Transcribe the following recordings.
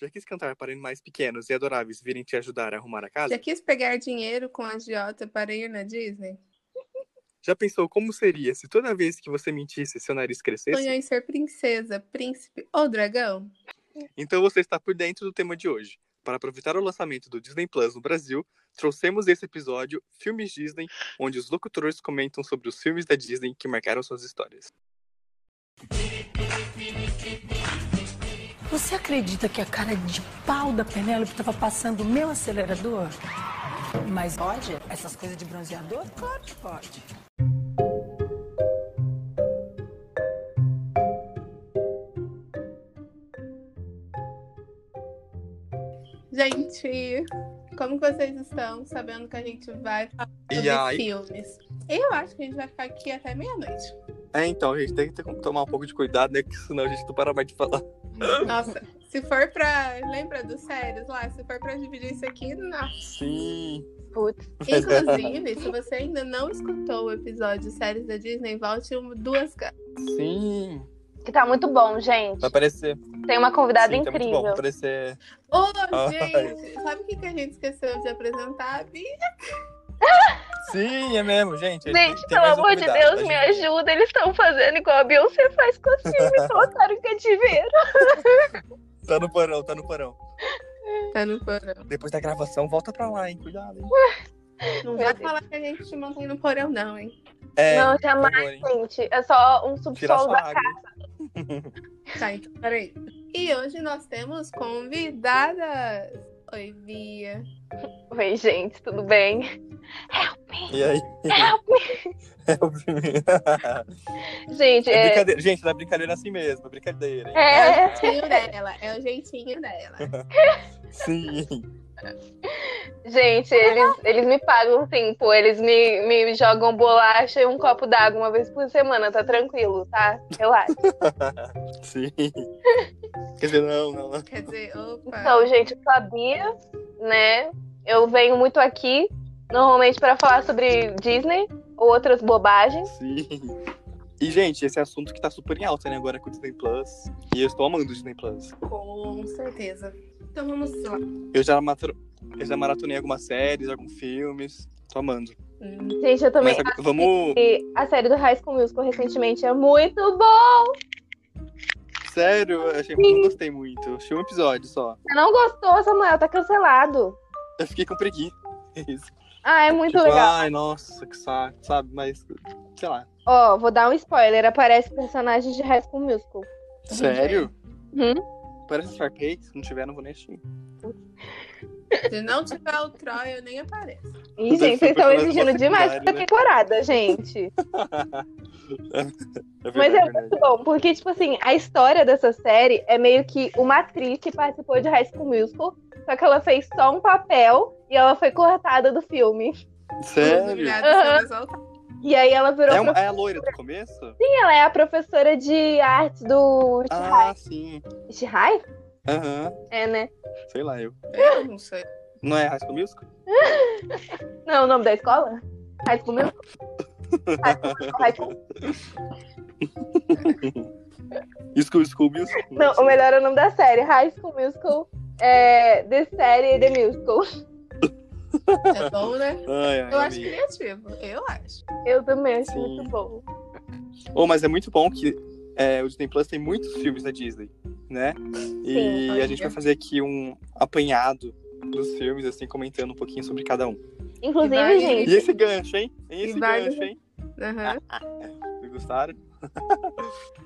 Já quis cantar é para animais pequenos e adoráveis virem te ajudar a arrumar a casa? Já quis pegar dinheiro com a agiota para ir na Disney? Já pensou como seria se toda vez que você mentisse seu nariz crescesse? Sonhou em ser princesa, príncipe ou dragão? Então você está por dentro do tema de hoje. Para aproveitar o lançamento do Disney Plus no Brasil, trouxemos esse episódio Filmes Disney, onde os locutores comentam sobre os filmes da Disney que marcaram suas histórias. Você acredita que a cara de pau da Penélope estava passando o meu acelerador? Mas pode? Essas coisas de bronzeador? Claro que pode. Gente, como que vocês estão sabendo que a gente vai falar E sobre aí? filmes? Eu acho que a gente vai ficar aqui até meia-noite. É, então, gente tem que ter- tomar um pouco de cuidado, né? Que senão a gente não para mais de falar. Nossa, se for pra. Lembra dos séries lá? Se for pra dividir isso aqui, não. Sim. Putz, Inclusive, se você ainda não escutou o episódio Séries da Disney, volte um- duas ga- Sim. que tá muito bom, gente. Vai aparecer. Tem uma convidada Sim, tá muito bom. incrível. Vai aparecer. Ô, Ai. gente! Sabe o que, que a gente esqueceu de apresentar, Bi? Sim, é mesmo, gente. Gente, Tem pelo mais um amor de convidado, Deus, tá, me gente? ajuda. Eles estão fazendo igual a Beyoncé faz com os filmes. Colocaram em cativeiro. Tá no porão, tá no porão. Tá no porão. Depois da gravação, volta pra lá, hein? Cuidado, hein? Não Meu vai Deus. falar que a gente te mantém no porão, não, hein? É, Não, por jamais, favor, hein? gente. É só um Tirar subsolo sua da água. Tá, então, peraí. E hoje nós temos convidadas. Oi, Bia. Oi, gente, tudo bem? E aí? Help É o primeiro. Gente, É é. brincadeira. Gente, dá brincadeira é assim mesmo, é brincadeira. hein? É é... o jeitinho dela, é o jeitinho dela. Sim. Gente, eles, eles me pagam um tempo, eles me, me jogam bolacha e um copo d'água uma vez por semana, tá tranquilo, tá? Relaxa. Sim. Quer dizer, não, não. não. Quer dizer, opa. Então, gente, eu sabia, né? Eu venho muito aqui, normalmente pra falar sobre Disney ou outras bobagens. Sim. E, gente, esse assunto que tá super em alta, né? Agora com o Disney Plus. E eu estou amando o Disney Plus. Com certeza. Então vamos lá. Eu já, matro... eu já maratonei algumas séries, alguns filmes. Tô amando. Hum, Gente, eu também Mas agora- vamos. assisti a série do High School Musical recentemente, é muito bom! Sério, eu achei... não gostei muito. Eu Achei um episódio só. Você não gostou, Samuel? Tá cancelado. Eu fiquei com preguiça. Isso. Ah, é muito tipo, legal. Ai, nossa, que saco, sabe? Mas, sei lá. Ó, vou dar um spoiler, aparece personagens de High School Musical. Sério? Hum? Parece Sharpay, se não tiver, não vou nem assistir. Se não tiver o Troy, eu nem apareço. Ih, gente, vocês estão personagens exigindo demais secundários, essa né? temporada, gente. É Mas verdade, é verdade. muito bom, porque, tipo assim, a história dessa série é meio que uma atriz que participou de High School Musical, só que ela fez só um papel e ela foi cortada do filme. Sério? Obrigada, Aham. seu resultado. E aí ela virou. É, uma- prof- é a loira do começo? Ela é a professora de artes do Ah, sim. Shihai? Aham. É, né? Sei lá, eu. Eu não sei. Não é High School Musical? Não, é o nome da escola? High School Musical? High School Musical, High School- School, School Musical? Não, o melhor é o nome da série. High School Musical, é, The Série The Musical. É bom, né? Ai, ai, Eu acho amiga. criativo. Eu acho. Eu também acho Sim. muito bom. Oh, mas é muito bom que é, o Disney Plus tem muitos filmes da Disney, né? E Sim, a gente amiga. vai fazer aqui um apanhado dos filmes, assim, comentando um pouquinho sobre cada um. Inclusive, vai- gente. E esse gancho, hein? E E esse vários- gancho, hein? Aham. Vocês gostaram?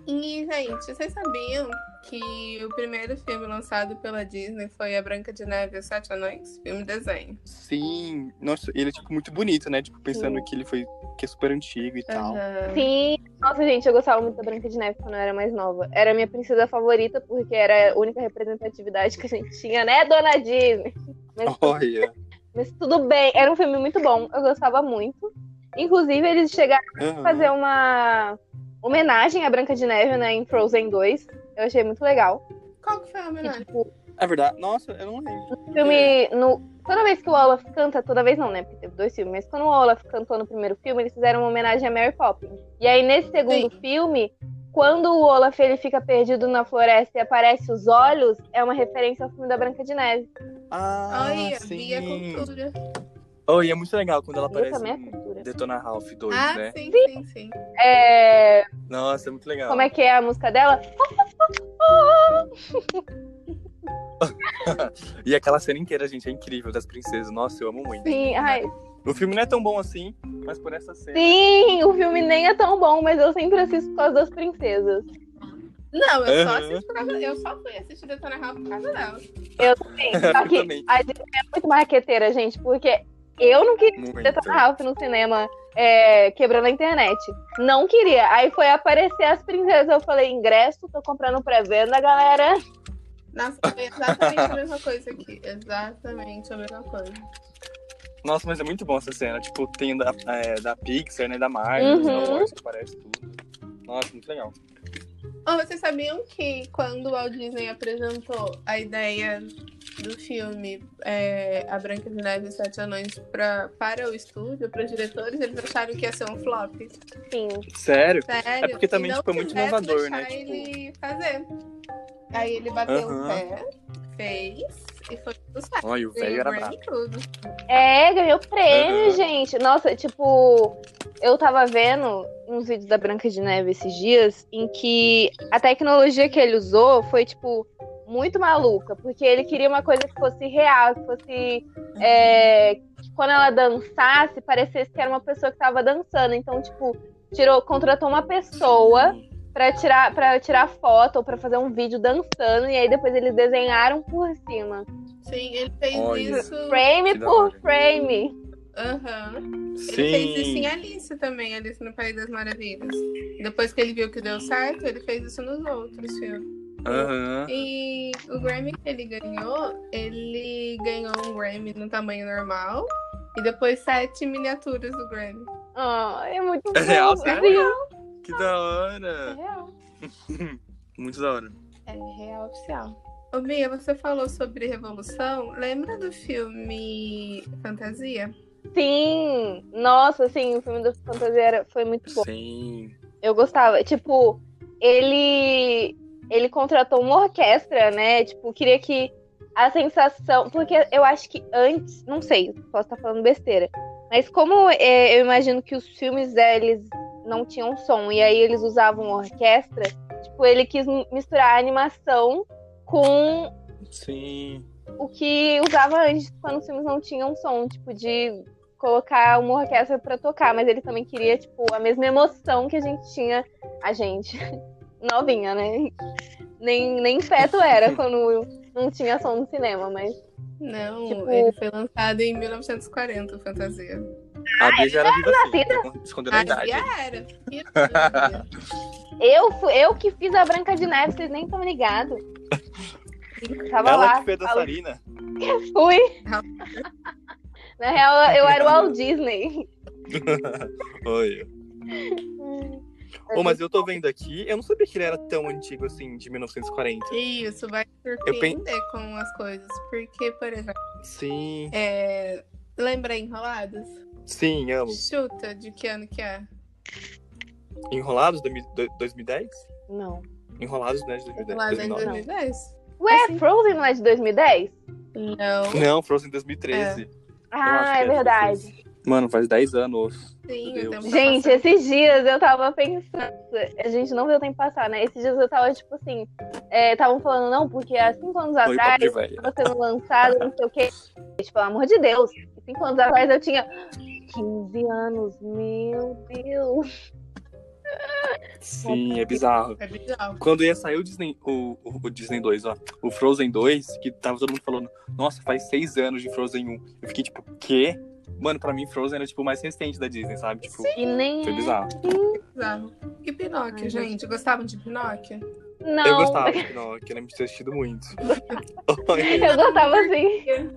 E, gente, vocês sabiam que o primeiro filme lançado pela Disney foi A Branca de Neve e os Sete Anões? Filme desenho. Sim. Nossa, ele é, tipo, muito bonito, né? Tipo, pensando que ele foi... Que é super antigo e tal. Aham. Sim, assim, nossa, gente, eu gostava muito da Branca de Neve quando eu era mais nova. Era a minha princesa favorita, porque era a única representatividade que a gente tinha, né, dona Disney? Mas, Olha. mas tudo bem, era um filme muito bom, eu gostava muito. Inclusive, eles chegaram a Aham. fazer uma homenagem à Branca de Neve, né, em Frozen 2. Eu achei muito legal. Qual que foi a Que, homenagem? tipo, É verdade. Nossa, eu não lembro. o filme. No... Toda vez que o Olaf canta, toda vez não, né? Porque teve dois filmes, mas quando o Olaf cantou no primeiro filme, eles fizeram uma homenagem a Mary Poppins. E aí, nesse segundo Sim. filme, quando o Olaf ele fica perdido na floresta e aparece os olhos, é uma referência ao filme da Branca de Neve. Ah, Olha, sim. Bia Cultura. Oh, e é muito legal quando ela Viu aparece também é a no cultura. Detona Ralph 2, Ah, né? sim, sim, sim. É, Nossa, é muito legal. como é que é a música dela? E aquela cena inteira, gente, é incrível das princesas. Nossa, eu amo muito. Sim, ai, O filme não é tão bom assim, mas por essa cena. sim, o filme nem é tão bom, mas eu sempre assisto por causa das princesas. Não, eu só Aham. assisti por causa Eu só fui assistir Detona Ralph por causa dela. Sim, só que Também. a gente é muito marqueteira, gente, porque eu não queria Muito. ver Detona Ralph no cinema é, quebrando a internet. Não queria. Aí foi aparecer as princesas, eu falei, ingresso, tô comprando pré-venda, galera. Nossa, foi exatamente a mesma coisa aqui. Exatamente a mesma coisa. Nossa, mas é muito bom essa cena. Tipo, tem da, é, da Pixar, né? Da Marvel, Uhum. Star Wars, que aparece tudo. Nossa, muito legal. Oh, vocês sabiam que quando o Walt Disney apresentou a ideia do filme é, A Branca de Neve e os Sete Anões pra, para o estúdio, para os diretores, eles acharam que ia ser um flop. Sim. Sério? Sério. É porque também, E não tipo, é muito quiseram inovador, né? deixar Tipo- ele fazer. Aí ele bateu o Aham. pé, fez e foi tudo certo. Olha, o velho Ganhou era brabo. Grammy e tudo. É, ganhou prêmio, Aham. gente. Nossa, tipo, eu tava vendo uns vídeos da Branca de Neve esses dias em que a tecnologia que ele usou foi, tipo, muito maluca, porque ele queria uma coisa que fosse real, que fosse. é, que quando ela dançasse, parecesse que era uma pessoa que tava dançando. Então, tipo, tirou, contratou uma pessoa pra tirar para tirar foto ou pra fazer um vídeo dançando, e aí depois eles desenharam por cima. Sim, ele fez Olha. isso. Frame Que da por hora. frame. Aham. Ele fez isso em Sim. Alice também, Alice no País das Maravilhas. Depois que ele viu que deu certo, ele fez isso nos outros filmes. Aham. E o Grammy que ele ganhou, ele ganhou um Grammy no tamanho normal. E depois sete miniaturas do Grammy. Ah, é muito É real, bom. sério? É Que da É hora. real. Muito da hora. É real oficial. Ô Bia, você falou sobre Revolução. Lembra do filme Fantasia? Sim, nossa, sim, o filme da fantasia era- foi muito bom. Sim. Eu gostava, tipo, ele ele contratou uma orquestra, né? Tipo, queria que a sensação, porque eu acho que antes, não sei, posso estar falando besteira, mas como é, eu imagino que os filmes é, eles não tinham som e aí eles usavam orquestra, tipo, ele quis misturar a animação com Sim. o que usava antes, quando os filmes não tinham som, tipo, de colocar uma orquestra pra tocar, mas ele também queria, tipo, a mesma emoção que a gente tinha, a gente, novinha, né? Nem, nem feto era quando não tinha som no cinema, mas Não, Tipo- ele foi lançado em 1940, o Fantasia. A Bia já era viva assim. nascida. Tá escondendo a Ah, idade. já era. Ih, Bia. eu, fu- eu que fiz a Branca de Neve, vocês nem estão ligados. Tava Ela lá. que fez a falo- Sarina. Fui. Na real, eu era o Walt Disney. Oi. Uhum. Ô, mas eu tô vendo aqui, eu não sabia que ele era tão antigo assim, de 1940. Isso, vai Eu pen- surpreender com as coisas. Porque, por exemplo, Sim. é... lembra Enrolados? Sim, amo. Chuta de que ano que é? Enrolados, 2000 do- 2010? Não. Enrolados, né, de Enrolados 2010. em 2009. 2010? Ué, Assim. Frozen não é de 2010? Não, Não, Frozen 2013. acho Ah, que é é de verdade. 2013. Mano, faz 10 anos. Meu sim, o Deus. tempo tá Gente, passando. esses dias eu tava pensando. A gente não viu o tempo passar, né? Esses dias eu tava, tipo assim. Estavam falando, não, porque há cinco anos Oi, papo atrás de velha. tava sendo lançado, não sei o quê. Gente, pelo amor de Deus. Cinco anos atrás eu tinha 15 anos. Meu Deus. Sim, é bizarro. É bizarro. Quando ia sair o Disney, o, o- o Disney 2, ó, o Frozen 2, que tava todo mundo falando, nossa, faz 6 anos de Frozen 1. Eu fiquei tipo, quê? Mano, pra mim Frozen era tipo o mais recente da Disney, sabe? Tipo, E nem. foi É. bizarro. bizarro. E Pinóquio, Ai, gente? Gostavam de Pinóquio? Não. Eu gostava de Pinóquio, eu lembro de ter assistido muito. Olha, Eu gostava assim.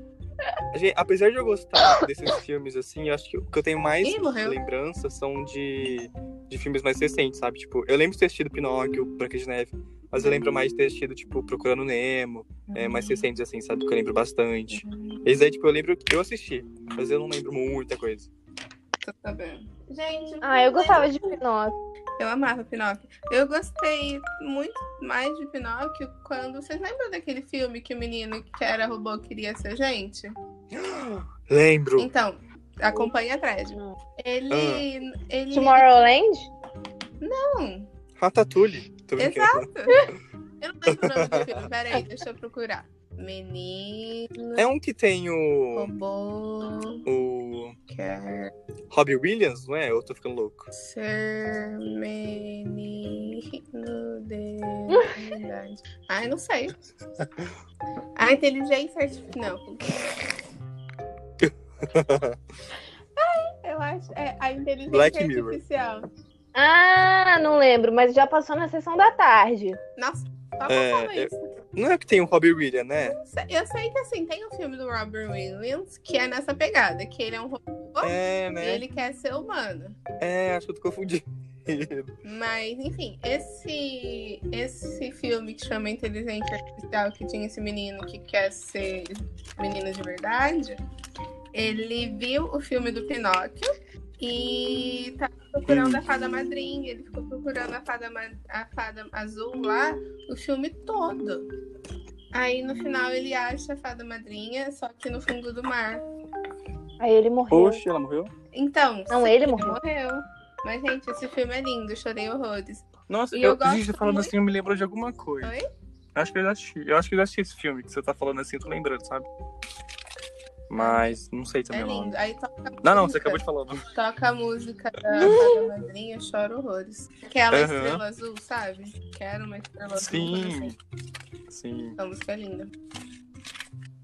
gente, apesar de eu gostar desses filmes, assim, eu acho que o que eu tenho mais Ih, morreu. lembranças são de, de filmes mais recentes, sabe? Tipo, eu lembro de ter assistido Pinóquio, Branca de Neve, mas eu lembro mais de ter assistido, tipo, Procurando Nemo, Uhum. é, mais recentes, assim, sabe? Que eu lembro bastante. Esse aí, tipo, eu lembro que eu assisti, mas eu não lembro muita coisa. Tô sabendo. Gente, Ah, eu gostava Ah, de Pinóquio. Eu amava Pinóquio. Eu gostei muito mais de Pinóquio quando. Vocês lembram daquele filme que o menino que era robô queria ser gente? Lembro. Então, acompanha atrás. Ele. Ah. ele... Tomorrowland? Não, Ratatouille. Tô brincando. exato. Eu não lembro o nome do filme. Peraí, deixa eu procurar. Menino. É um que tem o. Robô O. quer Robbie Williams, não é? Eu tô ficando louco. ser menino de verdade. Ai, não sei. A inteligência artificial. Não. Ai, eu acho. É, a inteligência Black Mirror. artificial. Ah, não lembro, mas já passou na sessão da tarde. Nossa, só É, faltava é- isso. Não é que tem o Robbie Williams, né? Se- Eu sei que assim, tem um filme do Robert Williams que é nessa pegada, que ele é um robô É, e né? ele quer ser humano. É, acho que eu tô confundindo. Mas, enfim, esse, esse filme que chama Inteligência Artificial, que tinha esse menino que quer ser menino de verdade, ele viu o filme do Pinóquio e tava procurando a fada madrinha. Ele ficou procurando a fada, ma- a fada azul lá o filme todo. Aí no final ele acha a fada madrinha, só que no fundo do mar. Aí ele morreu. Oxe, ela morreu? Então. Não, sim, ele morreu. morreu. Mas, gente, esse filme é lindo, chorei horrores. É Nossa, E eu, eu gosto gente, falando muito- assim, eu me lembro de alguma coisa. Oi? Acho que eu já assisti. Eu acho que eu já assisti esse filme que você tá falando assim, eu tô lembrando, sabe? Mas não sei também É o nome. lindo. Aí toca Não, não, música. você acabou de falar. o nome. Toca a música da Fada Madrinha, eu choro horrores. Aquela Aham. estrela azul, sabe? Quero uma estrela azul. Sim. coisa assim. Sim. Essa música é linda.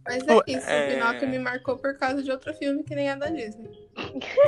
Mas é Pô, isso, é- o Pinóquio me marcou por causa de outro filme que nem é da Disney.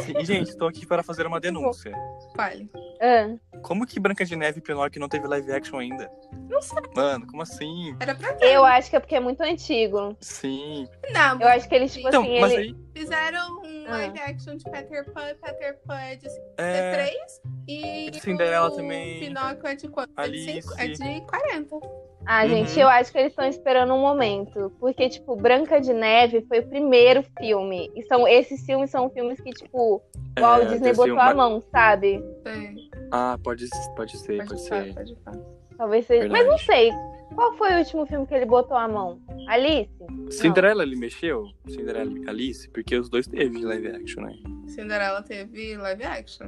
Sim, E, gente, tô aqui para fazer uma denúncia. Fale. Ah, Como que Branca de Neve e Pinóquio não teve live action ainda? Não sei. Mano, como assim? Era pra ter. eu acho que é porque é muito antigo. Sim. Não, Eu acho que eles, tipo Então, Então, assim, mas ele... aí. fizeram um Ah. live action de Peter Pan, Peter Pan é de É... 53 e de Cinderela o também. Pinóquio é de quanto? É de, cinco- é Alice. de 40. Ah, gente, Uhum. eu acho que eles estão esperando um momento. Porque, tipo, Branca de Neve foi o primeiro filme. E são, esses filmes são filmes que, tipo, o Walt é, Disney deve ser botou um a ba- mão, sabe? Sei, Ah, pode, pode ser, pode pode falar, ser. pode falar. Talvez seja. Verdade. Mas não sei. Qual foi o último filme que ele botou a mão? Alice? Cinderela ele mexeu? Cinderela e Alice? Porque os dois teve live action, né? Cinderela teve live action.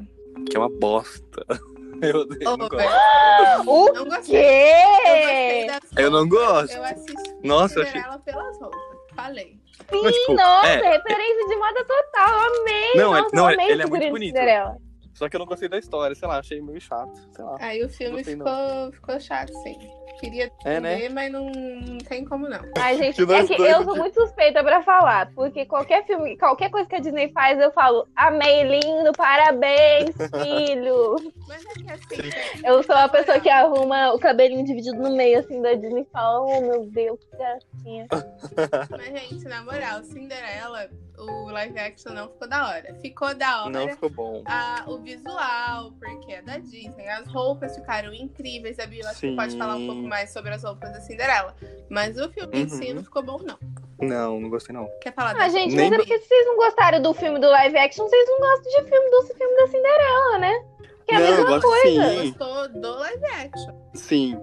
Que é uma bosta. Eu odeio, Ô, não gosto. velho, O não gostei. Eu gostei quê? das Eu não gosto. Eu assisti Nossa, eu achei. Cinderela pelas roupas. Falei. Mas, tipo, Nossa, é, referência de moda total. Amei. Não, ele- Nossa, não, eu amei ele é o muito figurino de bonito. Cinderela. Só que eu não gostei da história, sei lá, achei meio chato, sei lá. Aí o filme Gostei, não. ficou, ficou chato, sim. Queria É, né? ver, mas não, não tem como não. Ai, gente, Que nós é que dois eu aqui. sou muito suspeita pra falar, porque qualquer filme, qualquer coisa que a Disney faz, eu falo, amei, lindo, parabéns, filho. Mas é que assim. é- Eu sou a pessoa que arruma o cabelinho dividido no meio, assim, da Disney e fala, oh, meu Deus, que gracinha. Ah, Mas, gente, na moral, Cinderela, o live action não ficou da hora. Ficou da hora. Não ficou bom. a- o visual, porque é da Disney. As roupas ficaram incríveis. A Bia, eu acho que Sim. pode falar um pouco mais sobre as roupas da Cinderela. Mas o filme em si Uhum. não ficou bom, não. Não, não gostei não. Quer falar Ah, da gente, Nem mas é porque se vocês não gostaram do filme do live action, vocês não gostam de filme do filme da Cinderela, né? Que é a Não, eu mesma gosto coisa. sim. Gostou do live action. Sim.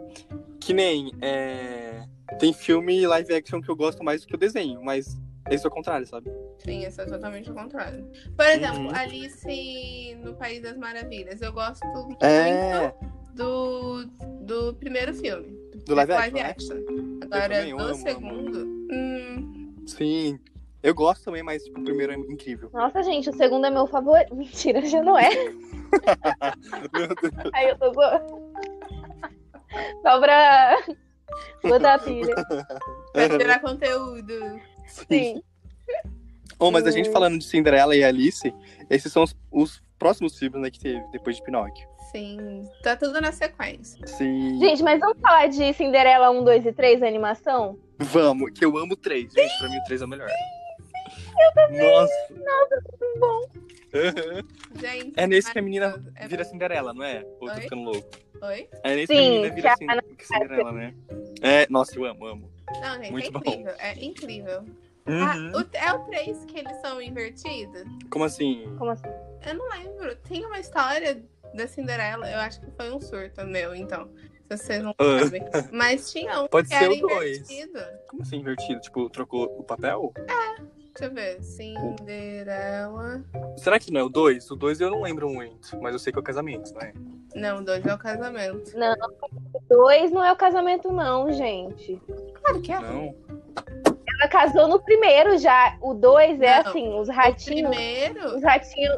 Que nem. É... Tem filme live action que eu gosto mais do que o desenho, mas esse é o contrário, sabe? Sim, isso é totalmente o contrário. Por exemplo, Uhum. Alice no País das Maravilhas. Eu gosto muito É. do, do primeiro filme. Do live action, Live né? action. Agora, também amo, do amo. segundo. hum, Sim. Eu gosto também, mas tipo, o primeiro é incrível. Nossa, gente, o segundo é meu favorito. Mentira, já não é. Meu Deus. Aí eu tô. go- Só pra botar a pilha. vai Uhum. gerar conteúdo. Sim. Oh, mas a gente falando de Cinderela e Alice, esses são os, os próximos filmes né, que teve depois de Pinóquio. Sim. Tá tudo na sequência. Sim. Gente, mas vamos falar de Cinderela 1, 2 e 3, a animação? Vamos, que eu amo três. Gente, pra mim o três é o melhor. Eu também. Nossa. bom. Aham. Gente. É nesse que a menina maravilhoso. É- vira Cinderela, não é? Ou eu tô Oi? ficando louco? Oi? É nesse que a Sim, menina vira que a- Cin- que Cinderela, né? É, nossa, eu amo, amo. Não, gente, Muito é bom. incrível. É incrível. Uhum. Ah, o- é o 3 que eles são invertidos? Como assim? Como assim? Eu não lembro. Tem uma história da Cinderela, eu acho que foi um surto meu, então. Se vocês não Ah. sabem. Mas tinha um Pode que ser era o dois. invertido. Como assim invertido? Tipo, trocou o papel? Deixa eu ver. Cinderela. Será que não é o 2? O 2 eu não lembro muito, mas eu sei que é o casamento, né? Não, dois é o casamento. Não, dois não é o casamento, não, gente. Claro que é. Não. Ela casou no primeiro já. O dois é Não, assim, os O ratinhos. primeiro. Os ratinhos.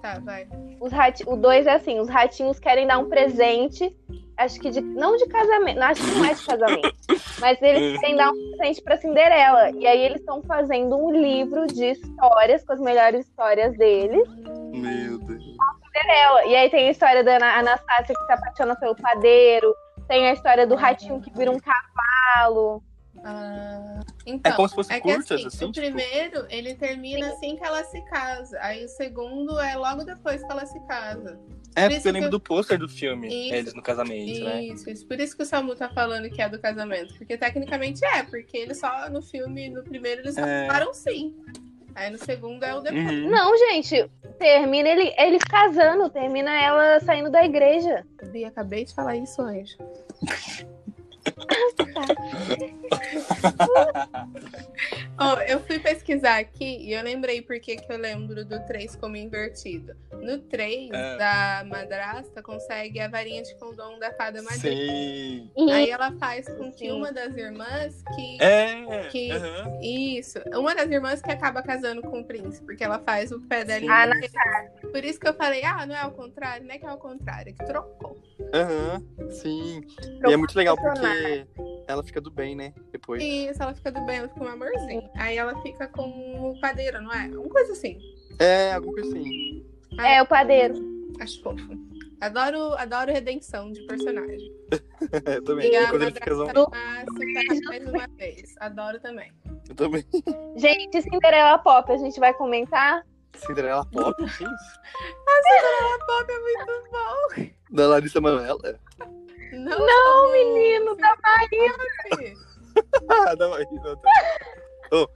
Tá, vai. Os rati... O dois é assim, os ratinhos querem dar um presente. Acho que de. Não de casamento. Não, acho que não é de casamento. Mas eles querem dar um presente pra Cinderela. E aí eles estão fazendo um livro de histórias, com as melhores histórias deles. Meu Deus. Cinderela. E aí tem a história da Ana- Anastácia que se apaixona pelo padeiro. Tem a história do ratinho que vira um cavalo. Ah, É então. como se fosse É que curtas, assim, assim, o tipo. primeiro, ele termina assim que ela se casa. Aí o segundo é logo depois que ela se casa. É, Por porque isso eu lembro que do pôster do filme. Isso. Eles no casamento, né? Isso, isso. Por isso que o Samu tá falando que é do casamento. Porque tecnicamente é, porque ele só no filme, no primeiro, eles só É. falaram sim. Aí no segundo é o depois. Uhum. Não, gente. Termina ele, ele casando. Termina ela saindo da igreja. Bia, acabei de falar isso hoje. Ó, eu fui pesquisar aqui e eu lembrei porque que eu lembro do 3 como invertido. No 3, É. da madrasta consegue a varinha de condom da fada madrinha. Sim. E Aí ela faz com que Sim. uma das irmãs que. É. Que- aham. Isso. Uma das irmãs que acaba casando com o príncipe, porque ela faz o pé da Sim. língua. Ah, na Por isso que eu falei, ah, não é ao contrário, não é que é ao contrário, é que trocou. Aham. Sim. E é muito legal porque ela fica do bem, né? Depois. Isso, ela fica do bem, ela fica um amorzinho. Aí ela fica com o padeiro, não é? Uma coisa assim. É, alguma coisa assim. é o padeiro. Acho fofo. Adoro, adoro redenção de personagem. É, eu também. E a Quando ele fica madrasta zão. casou- Cássio, mais uma vez. Adoro também. Eu também. Gente, Cinderela Pop, a gente vai comentar. Cinderela Pop, sim. A pop é muito bom. Da Larissa Manoela. Não, Não, Samu, menino, da Maria. filho. Ah, não, aí não tá. Ô,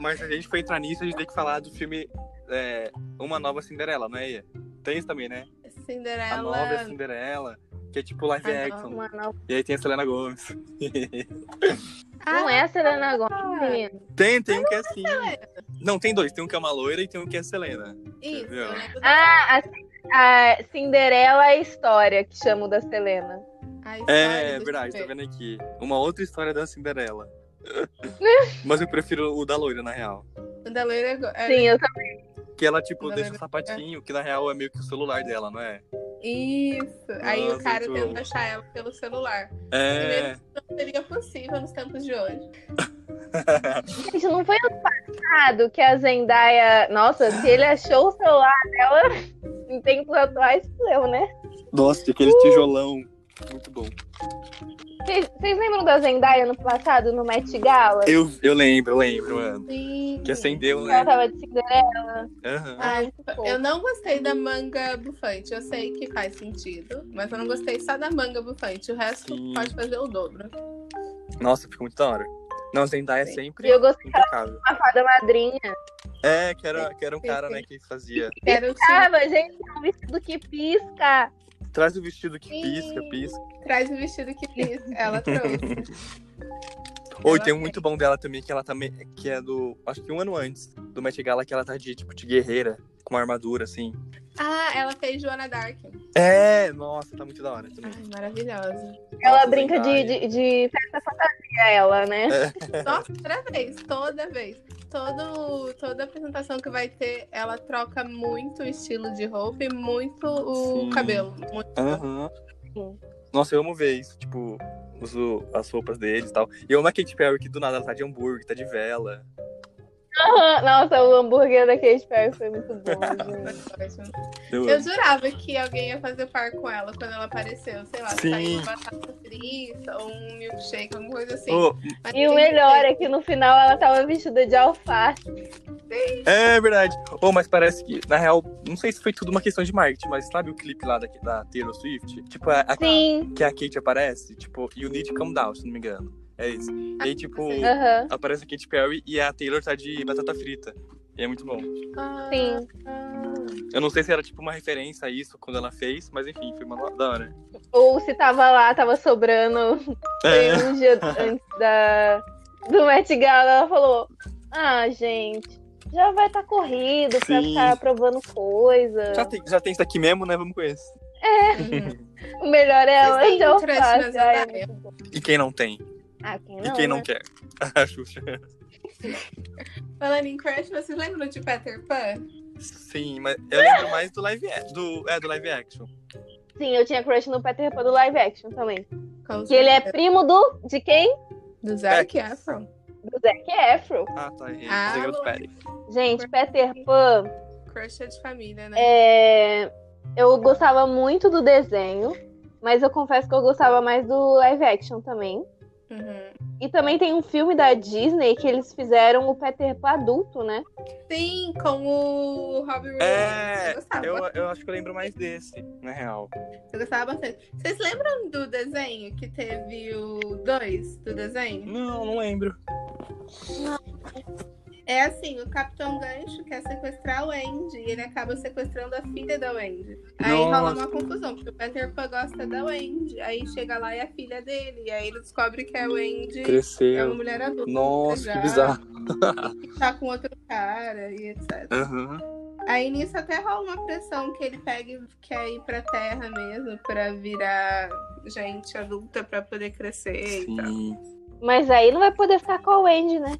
mas se a gente for entrar nisso, a gente tem que falar do filme é, Uma Nova Cinderela, não é, Ia? Tem isso também, né? A Cinderela. Nova assim. Cinderela, que é tipo live A action. Não, não. E aí tem a Selena Gomes. Não é a Selena Gomes, Ah, menino. tem, tem um que é assim. Não, tem dois. Tem um que é uma loira e tem um que é a Selena. Isso, eu lembro da- Ah, a, a Cinderela é a história que chamo da Selena. a história, É, deixa eu verdade, tô ver. vendo aqui. Uma outra história da Cinderela. Mas eu prefiro o da loira, na real. O da loira é go- é Sim, eu Que ela, tipo, Da deixa o loira. sapatinho, que na real é meio que o celular dela, não é? Isso. Aí o Nossa, cara muito tenta bom. achar ela pelo celular. É. Não seria possível nos tempos de hoje. Gente, não foi ano passado que a Zendaya. Nossa, se ele achou o celular dela em tempos atuais, eu, né? Nossa, aquele Uh! tijolão. Muito bom. Vocês vocês lembram da Zendaya no passado, no Met Gala? Eu, eu lembro, eu lembro, mano. Sim. Que acendeu, Ela Uhum. né? tava de Cinderela. Aham. Ai, fofo. eu não gostei da manga bufante. Eu sei que faz sentido, mas eu não gostei só da manga bufante. O resto Sim. pode fazer o dobro. Nossa, ficou muito da hora. Não, Zendaya é Sim. sempre E eu gostei que ela impecável. era uma fada madrinha. É, que era, que era um Sim, cara, sim. né, que fazia. Quero o time, Tava, gente, é um vestido que pisca. Traz o vestido que Sim. pisca, pisca. traz o vestido que fiz. Ela trouxe. Ou Ela tem um tem. muito bom dela também, que ela também. Que é do. Acho que um ano antes do Met Gala, que ela tá de, tipo, de guerreira, com uma armadura, assim. Ah, ela fez Joana Dark. É, nossa, tá muito da hora também. Ai, maravilhosa. Ela Nossa, brinca de, Zendaya. de, de festa fantasia, ela, né? Nossa, toda vez, toda vez. Todo, toda apresentação que vai ter, ela troca muito o estilo de roupa e muito o Sim. cabelo. Muito. Aham. Sim. Nossa, eu amo ver isso, tipo, os, o- as roupas deles e tal. E eu amo a Katy Perry, que do nada ela tá de hambúrguer, tá de vela. Aham, Nossa, o hambúrguer da Katy Perry foi muito bom, gente. ótimo. Eu Eu amo. jurava que alguém ia fazer par com ela quando ela apareceu. Sei lá, Sim. saiu uma batata frita ou um milkshake, alguma coisa assim. Ô, Mas E tem- o melhor é que no final ela tava vestida de alface. é verdade. Ô, mas parece que, na real, não sei se foi tudo uma questão de marketing, mas sabe o clipe lá da, da Taylor Swift? Tipo, a, a- Sim. que a Kate aparece? Tipo, You Need to Calm Down, se não me engano. É isso. E aí, tipo, sim. Aham. aparece a Katy Perry e a Taylor tá de batata frita. E é muito bom. Ah, Sim. ah. Eu não sei se era tipo uma referência a isso quando ela fez, mas enfim, foi uma da hora. Ou se tava lá, tava sobrando Foi É. um dia antes da, do Met Gala, ela falou: Ah, gente, já vai estar corrido pra Sim. ficar provando coisa. Já tem, já tem isso aqui mesmo, né? Vamos com esse. O melhor é ela, Vocês têm então um crush faz. nas Ai, é Zendaya? muito bom. E quem não tem? Ah, quem e não? quem não né? quer? A Xuxa. Falando em crush, vocês lembram de Peter Pan? Sim, mas eu lembro mais do live, a- do, é, do live action. Sim, eu tinha crush no Peter Pan do live action também. Com Que ele é certeza. primo do. De quem? do Zac É. Efron. Do Zac Efron. Ah, tá. errei. Ah, Pensei que era do Luan. Pérez. Gente, Peter Pan. Crush é de família, né? É, eu gostava muito do desenho, mas eu confesso que eu gostava mais do live action também. Uhum. E também tem um filme da Disney que eles fizeram o Peter Pan adulto, né? Sim, com o Robin Williams. É, eu gostava. Eu, eu acho que eu lembro mais desse, na real. Eu gostava bastante. Vocês lembram do desenho que teve o 2 do desenho? Não, não lembro. É assim, o Capitão Gancho quer sequestrar o Andy e ele acaba sequestrando a filha da Wendy. Aí Nossa. rola uma confusão, porque o Peter Pan gosta da Wendy. Aí chega lá e é a filha dele. E aí ele descobre que a Wendy é uma Cresceu. mulher adulta. Nossa, que já, bizarro. que Tá com outro cara e etc. Aham. Aí nisso até rola uma pressão que ele pega e quer ir pra terra mesmo, pra virar gente adulta, pra poder crescer e tal. Sim. Mas aí não vai poder ficar com a Wendy, né?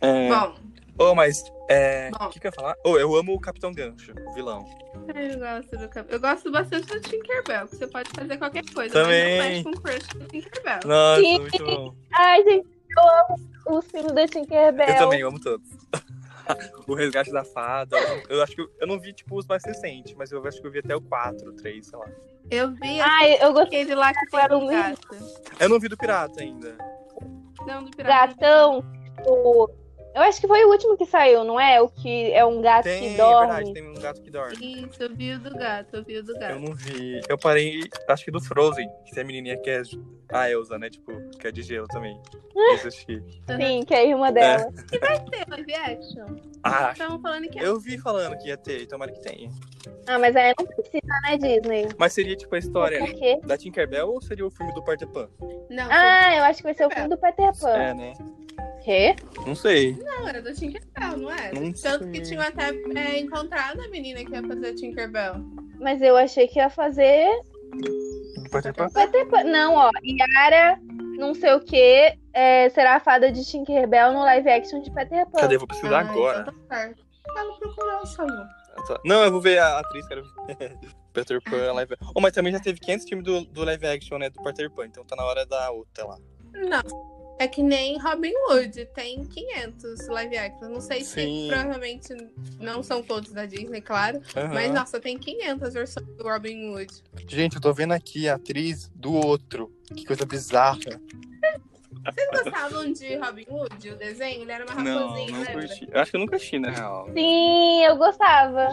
É. Bom, Oh, mas, é. Bom. O que, que eu ia falar? Oh, eu amo o Capitão Gancho, o vilão. eu gosto do cabelo. Eu gosto bastante do Tinkerbell, que você pode fazer qualquer coisa. Também. Mas não mexe com o crush do Tinkerbell. Nossa, Sim. muito bom. Ai, gente, eu amo os filmes da Tinkerbell. Eu também amo todos. o Resgate da Fada. Eu acho que eu, eu não vi, tipo, os mais recentes, mas eu acho que eu vi até o 4, 3, sei lá. Eu vi Ai, eu gostei aquele lá que Era tem um um gato. Eu não vi do Pirata ainda. Não, do do pirata. gatão. tipo, Eu acho que foi o último que saiu, não é? O que é um gato Tem, que é dorme. verdade, tem um gato que dorme. Isso, eu vi o do gato, eu vi o do Eu gato. não vi. Eu parei, acho que do Frozen, que tem a menininha que é a Elsa, né? Tipo, que é de gelo também. Esse eu assisti. Sim, que é a irmã dela. Então, Tem live action? Ah, Estavam falando que é eu vi falando que ia ter, tomara que tenha. É. Ah, mas aí não precisa, né, Disney? Mas seria, tipo, a história Por quê? da Tinkerbell ou seria o filme do Peter Pan? Não, Ah, eu acho que vai ser o filme do Peter Pan. É, né? Quê? Não sei. não, era do Tinkerbell, não era? Não Tanto que sei. tinham até é, encontrado a menina que ia fazer a Tinkerbell. Mas eu achei que ia fazer Do Peter Pan? Peter Pan. Não, ó. Yara, não sei o que, será a fada de Tinkerbell no live action de Peter Pan. Cadê? Eu Vou precisar Ah, agora. Então tá certo. Ela procurou o sonho. Tá. Não, eu vou ver a atriz, quero ver. Peter Pan live action. Oh, mas também já teve 500 filmes do, do live action, né? Do Peter Pan, então tá na hora da outra lá. Não. É que nem Robin Hood, tem 500 live action. Não sei Sim. se provavelmente não são todos da Disney, claro. Mas Aham. nossa, tem 500 versões do Robin Hood. Gente, eu tô vendo aqui a atriz do outro. Que coisa bizarra. Vocês gostavam de Robin Hood, o desenho? Ele era uma Não, raposinha, não lembra? curti. Eu acho que eu nunca assisti, na real. Sim, eu gostava.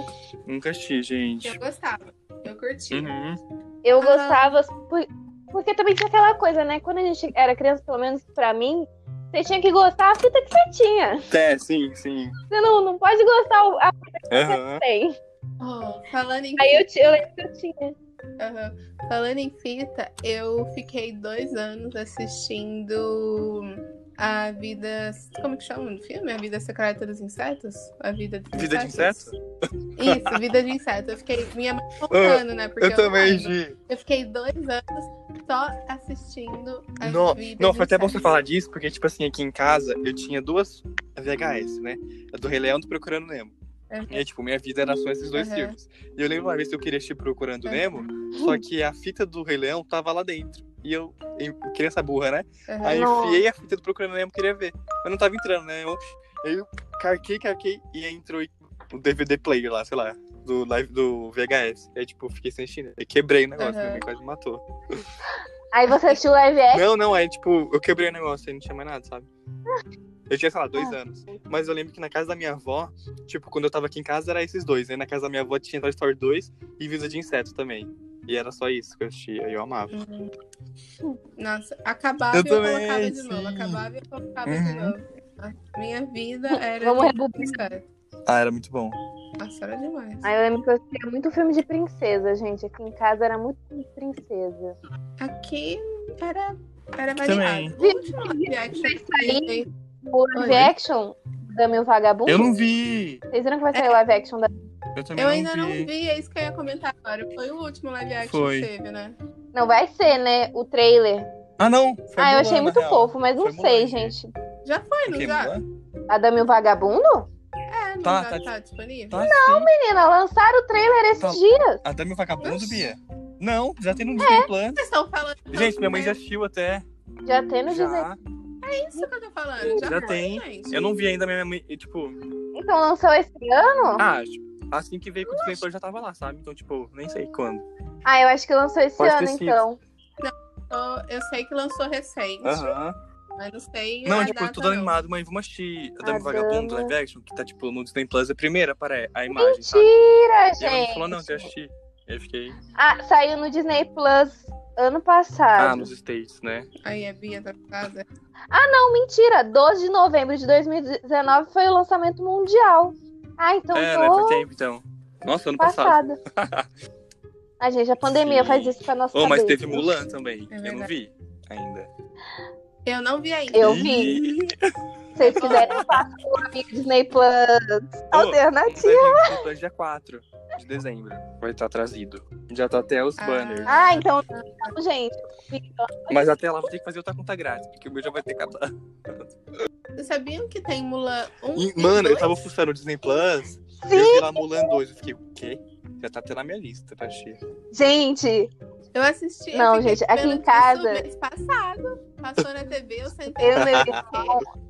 Nunca assisti, gente. Eu gostava. Eu curti. Uhum. Eu Ah. gostava. por- Porque também tinha aquela coisa, né? Quando a gente era criança, pelo menos pra mim, você tinha que gostar a fita que você tinha. É, sim, sim. Você não, não pode gostar o- a fita Aham. que tem. Oh, falando em Aí eu, ti- eu lembro que eu tinha. Aham. Falando em fita, eu fiquei dois anos assistindo a vida. Como que chama o filme? A Vida Secreta dos Insetos? A Vida dos Vida de inseto? Isso, Vida de Inseto. Eu fiquei minha mãe contando, né? Porque Ah, Eu também, não lembro. Gi. Eu fiquei dois anos só assistindo a Não, Vida não, de foi até bom você Insetos. falar disso, porque, tipo assim, aqui em casa eu tinha duas VHS, né? A do Rei Leão e do Procurando Nemo. Aham. E aí, tipo, minha vida era só esses dois Aham. filmes. E eu lembro uma vez que eu queria assistir Procurando Aham. Nemo, só que a fita do Rei Leão tava lá dentro. E eu, eu criança burra, né? Aham. Aí Nossa. enfiei a fita do Procurando Nemo, queria ver. Mas não tava entrando, né? Eu, aí eu carquei, carquei, e aí entrou o DVD player lá, sei lá, do, live, do VHS. Aí, tipo, eu fiquei sem chinelo. Eu quebrei o negócio, Aham. minha mãe quase me matou. Aí você assistiu o live action. Não, não, aí, tipo, eu quebrei o negócio, aí não tinha mais nada, sabe? Eu tinha, sei lá, Ah. dois anos. Mas eu lembro que na casa da minha avó, tipo, quando eu tava aqui em casa, era esses dois, né? Na casa da minha avó tinha Toy Story 2 e Vida de Inseto também. E era só isso que eu assistia, e eu amava. Nossa, acabava Eu e eu também, colocava de novo. sim. Acabava e eu colocava de Uhum. novo. A minha vida era. Vamos de rebobinar. inseto. Ah, era muito bom. Nossa, era demais. Aí eu lembro que eu assistia muito filme de princesa, gente. Aqui em casa era muito filme de princesa. Aqui era, era Também. variado. O último live action que Aí- teve O live Oi. action da Meu Vagabundo. Eu não vi! Vocês viram que vai sair o live action da. Eu também Eu não ainda vi. não vi, é isso que eu ia comentar agora. Foi o último live action Foi. que teve, né? Não vai ser, né? O trailer. Ah, não! Foi ah, Mulan, eu achei na muito real. fofo, mas não Foi Mulan, sei, gente. gente. Já foi, não Ok, já? Mulan? A da Meu Vagabundo? É, não Tá, já tá tá, disponível? Tá não, sim. Menina, lançaram o trailer esses Tá. dias. Até meu vagabundo, Oxi. Bia. Não, já tem no É. Disney Plus. Vocês estão falando. Gente, minha mãe já tanto, assistiu até. Já tendo dizer. Já. né? Isso que eu tô falando. Já, Já foi, tem. gente. Eu não vi ainda, minha mãe, e, tipo... Então lançou esse ano? Ah, Ah, assim que veio com o Disney Plus, já tava lá, sabe? Então, tipo, nem sei quando. Ah, eu acho que lançou esse Pode ter ano, sido. então. Eu- Eu sei que lançou recente, Aham. mas não sei. Não, a tipo, data, tudo não. animado, mãe. Vamos assistir a Dama A Vagabundo Dama. live action, que tá, tipo, no Disney Plus, a primeira, para a imagem, sabe? Mentira, E a mãe falou, não, gente. já assisti. Aí eu fiquei, Ah, saiu no Disney Plus ano ah, passado. nos States, né? Aí a Bia tá casada. Não, mentira. 12 de novembro de 2019 foi o lançamento mundial. Ah, então é, né? Faz tô tempo, então. Nossa, ano passado. passada. ah, gente, a pandemia Sim. faz isso pra nossa Oh, mas cabeça. teve Mulan também. É eu não vi ainda. Eu não vi ainda. Eu Ih, vi. Se vocês quiserem, eu faço o amigo Disney Plus mas alternativo. a gente tem dia 4 de dezembro. Vai estar tá trazido. Já tá até os Ah. banners. Ah, então, não, gente. Mas até lá vou ter que fazer outra conta grátis, porque o meu já vai ter catado. Vocês sabiam que tem Mulan 1? E, e Mano, eu dois? tava fuçando o Disney Plus. Eu Sim, vi lá Mulan 2. Eu fiquei, o quê? Já tá até na minha lista pra assistir. gente. Eu assisti. Não, fiquei gente, aqui em esperando casa- isso mês passado. Passou na TV, eu sentei. Eu, meu Fiquei-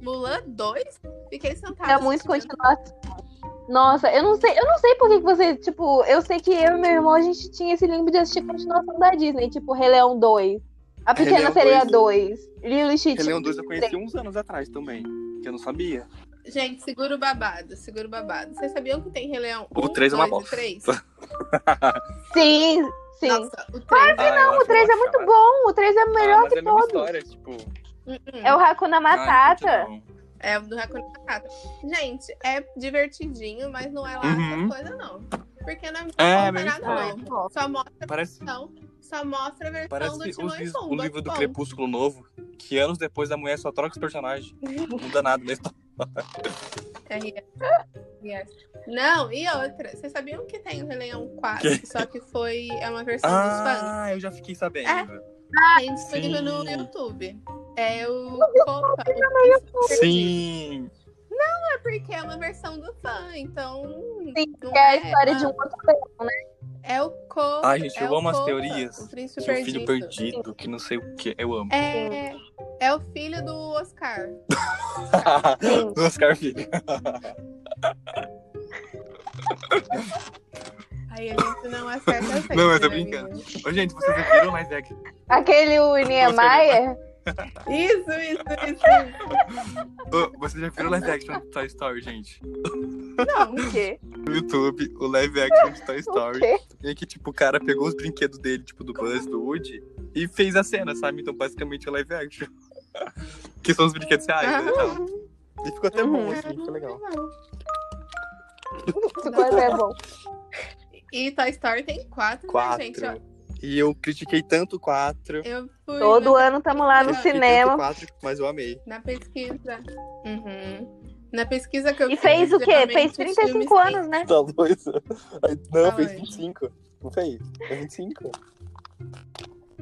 Mulan 2? Fiquei sentada. É muito assistindo. continuação. Nossa, eu não sei, eu não sei por que que você, tipo, eu sei que eu e meu irmão a gente tinha esse limbo de assistir continuação da Disney, tipo Rei Leão 2, A Rei Pequena Leão Sereia 2, Lilo e Stitch. Rei Leão 2 eu conheci uns anos atrás também, que eu não sabia. Gente, segura o babado, segura o babado. Vocês sabiam que tem Rei Leão 1, O três é uma 2 e bosta. 3? Sim, sim. Nossa, o 3 não, o 3 é muito bom, o 3 é o melhor mas que é a mesma todos. história, tipo... É o Hakuna Matata. hum, é o do Hakuna Matata. Gente, é divertidinho, mas não é lá Uhum. essas coisas, não. Porque não É, é, mesmo nada escola. novo. Só mostra Parece, a versão, só mostra a versão parece do os Timão e lis- o Pumba. livro do é Bom, Crepúsculo Novo, que anos depois a mulher só troca os personagens. Não dá nada na história. é real. Yes. Não, e outra. Vocês sabiam que tem o Rei Leão 4, só que foi é uma versão dos fãs? É. Ah, eu já fiquei sabendo. Tem disponível sim. no YouTube. É o Copa. o- Sim! É porque é uma versão do fã, então. Sim, não que é a história de um ah, outro leão, né? É o Copa. Ai, gente, é eu o amo as Copa, teorias O príncipe Seu perdido. um filho perdido, que não sei o que. Eu amo. É, é o filho do Oscar. Sim. Do Oscar Filho. Aí a gente não acerta sempre, Não, eu tô né, brincando. menino? Ô, gente, vocês viram mais é que. Aquele o Niemeyer. Isso, isso, isso. Ô, Vocês já viram o live action do Toy Story, gente? Não. O quê? No YouTube, o live action de Toy O Story. quê? E que, tipo, o cara pegou os brinquedos dele, tipo, do Buzz, do Woody, e fez a cena, sabe? Então, basicamente, é live action. que são os brinquedos reais, né? Então. E ficou até bom, Uhum. assim, ficou legal. Isso quase é bom. E Toy Story tem quatro, né, gente? Eu, Quatro. E eu critiquei tanto quatro. eu fui Todo na, ano estamos lá no Eu critiquei cinema. tanto Quatro, mas eu amei. na pesquisa. Uhum. Na pesquisa que eu E fez o quê? geralmente Fez os 35 filmes têm- anos, né? Tá doido? Aí, Não, Fala fez aí. 25. Não fez? É 25?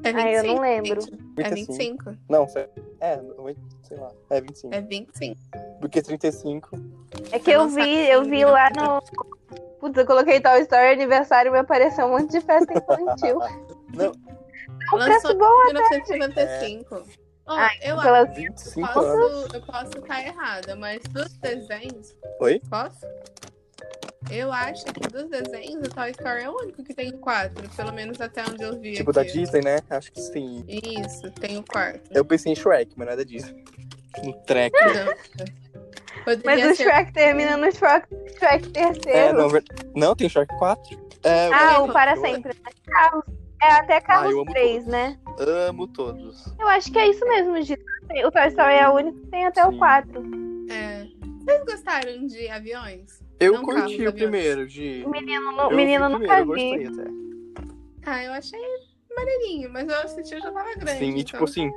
É Ah, eu 25, não lembro. gente. É 25. Não, sei- é, não- sei lá. É 25. É 25. Porque 35. É que eu vi, eu vi lá no. Putz, eu coloquei Toy Story aniversário e me apareceu um monte de festa infantil. Ah, Não, É um Lançou preço bom. em 1995. Ó, Ah, eu então ela- acho que eu 25 anos. posso, eu posso estar errada, mas dos desenhos. Oi? Posso? Eu acho que dos desenhos, o Toy Story é o único que tem quatro, pelo menos até onde eu vi. Tipo da aqui. Disney, né? Acho que sim. Isso, tem o quarto. Eu pensei em Shrek, mas não é da Disney. No Trek. Então, Mas Poderia o ser um Shrek termina no Shrek, Shrek É, terceiro. não, ver- não, tem Shark 4. É, eu ah, o amo Para todos. Sempre. né? Carros. É até Ah, eu Carros amo 3, né? Amo todos. Eu acho que é isso mesmo, Gito. O Toy Story é o único que tem até Sim. o 4. É. Vocês gostaram de aviões? Eu Não curti o carros, primeiro, de. Menino, Eu não, vi menino o nunca primeiro, vi. Eu gostei Ah, eu achei maneirinho, mas eu assisti eu já tava até. grande. Sim, e tipo então. assim,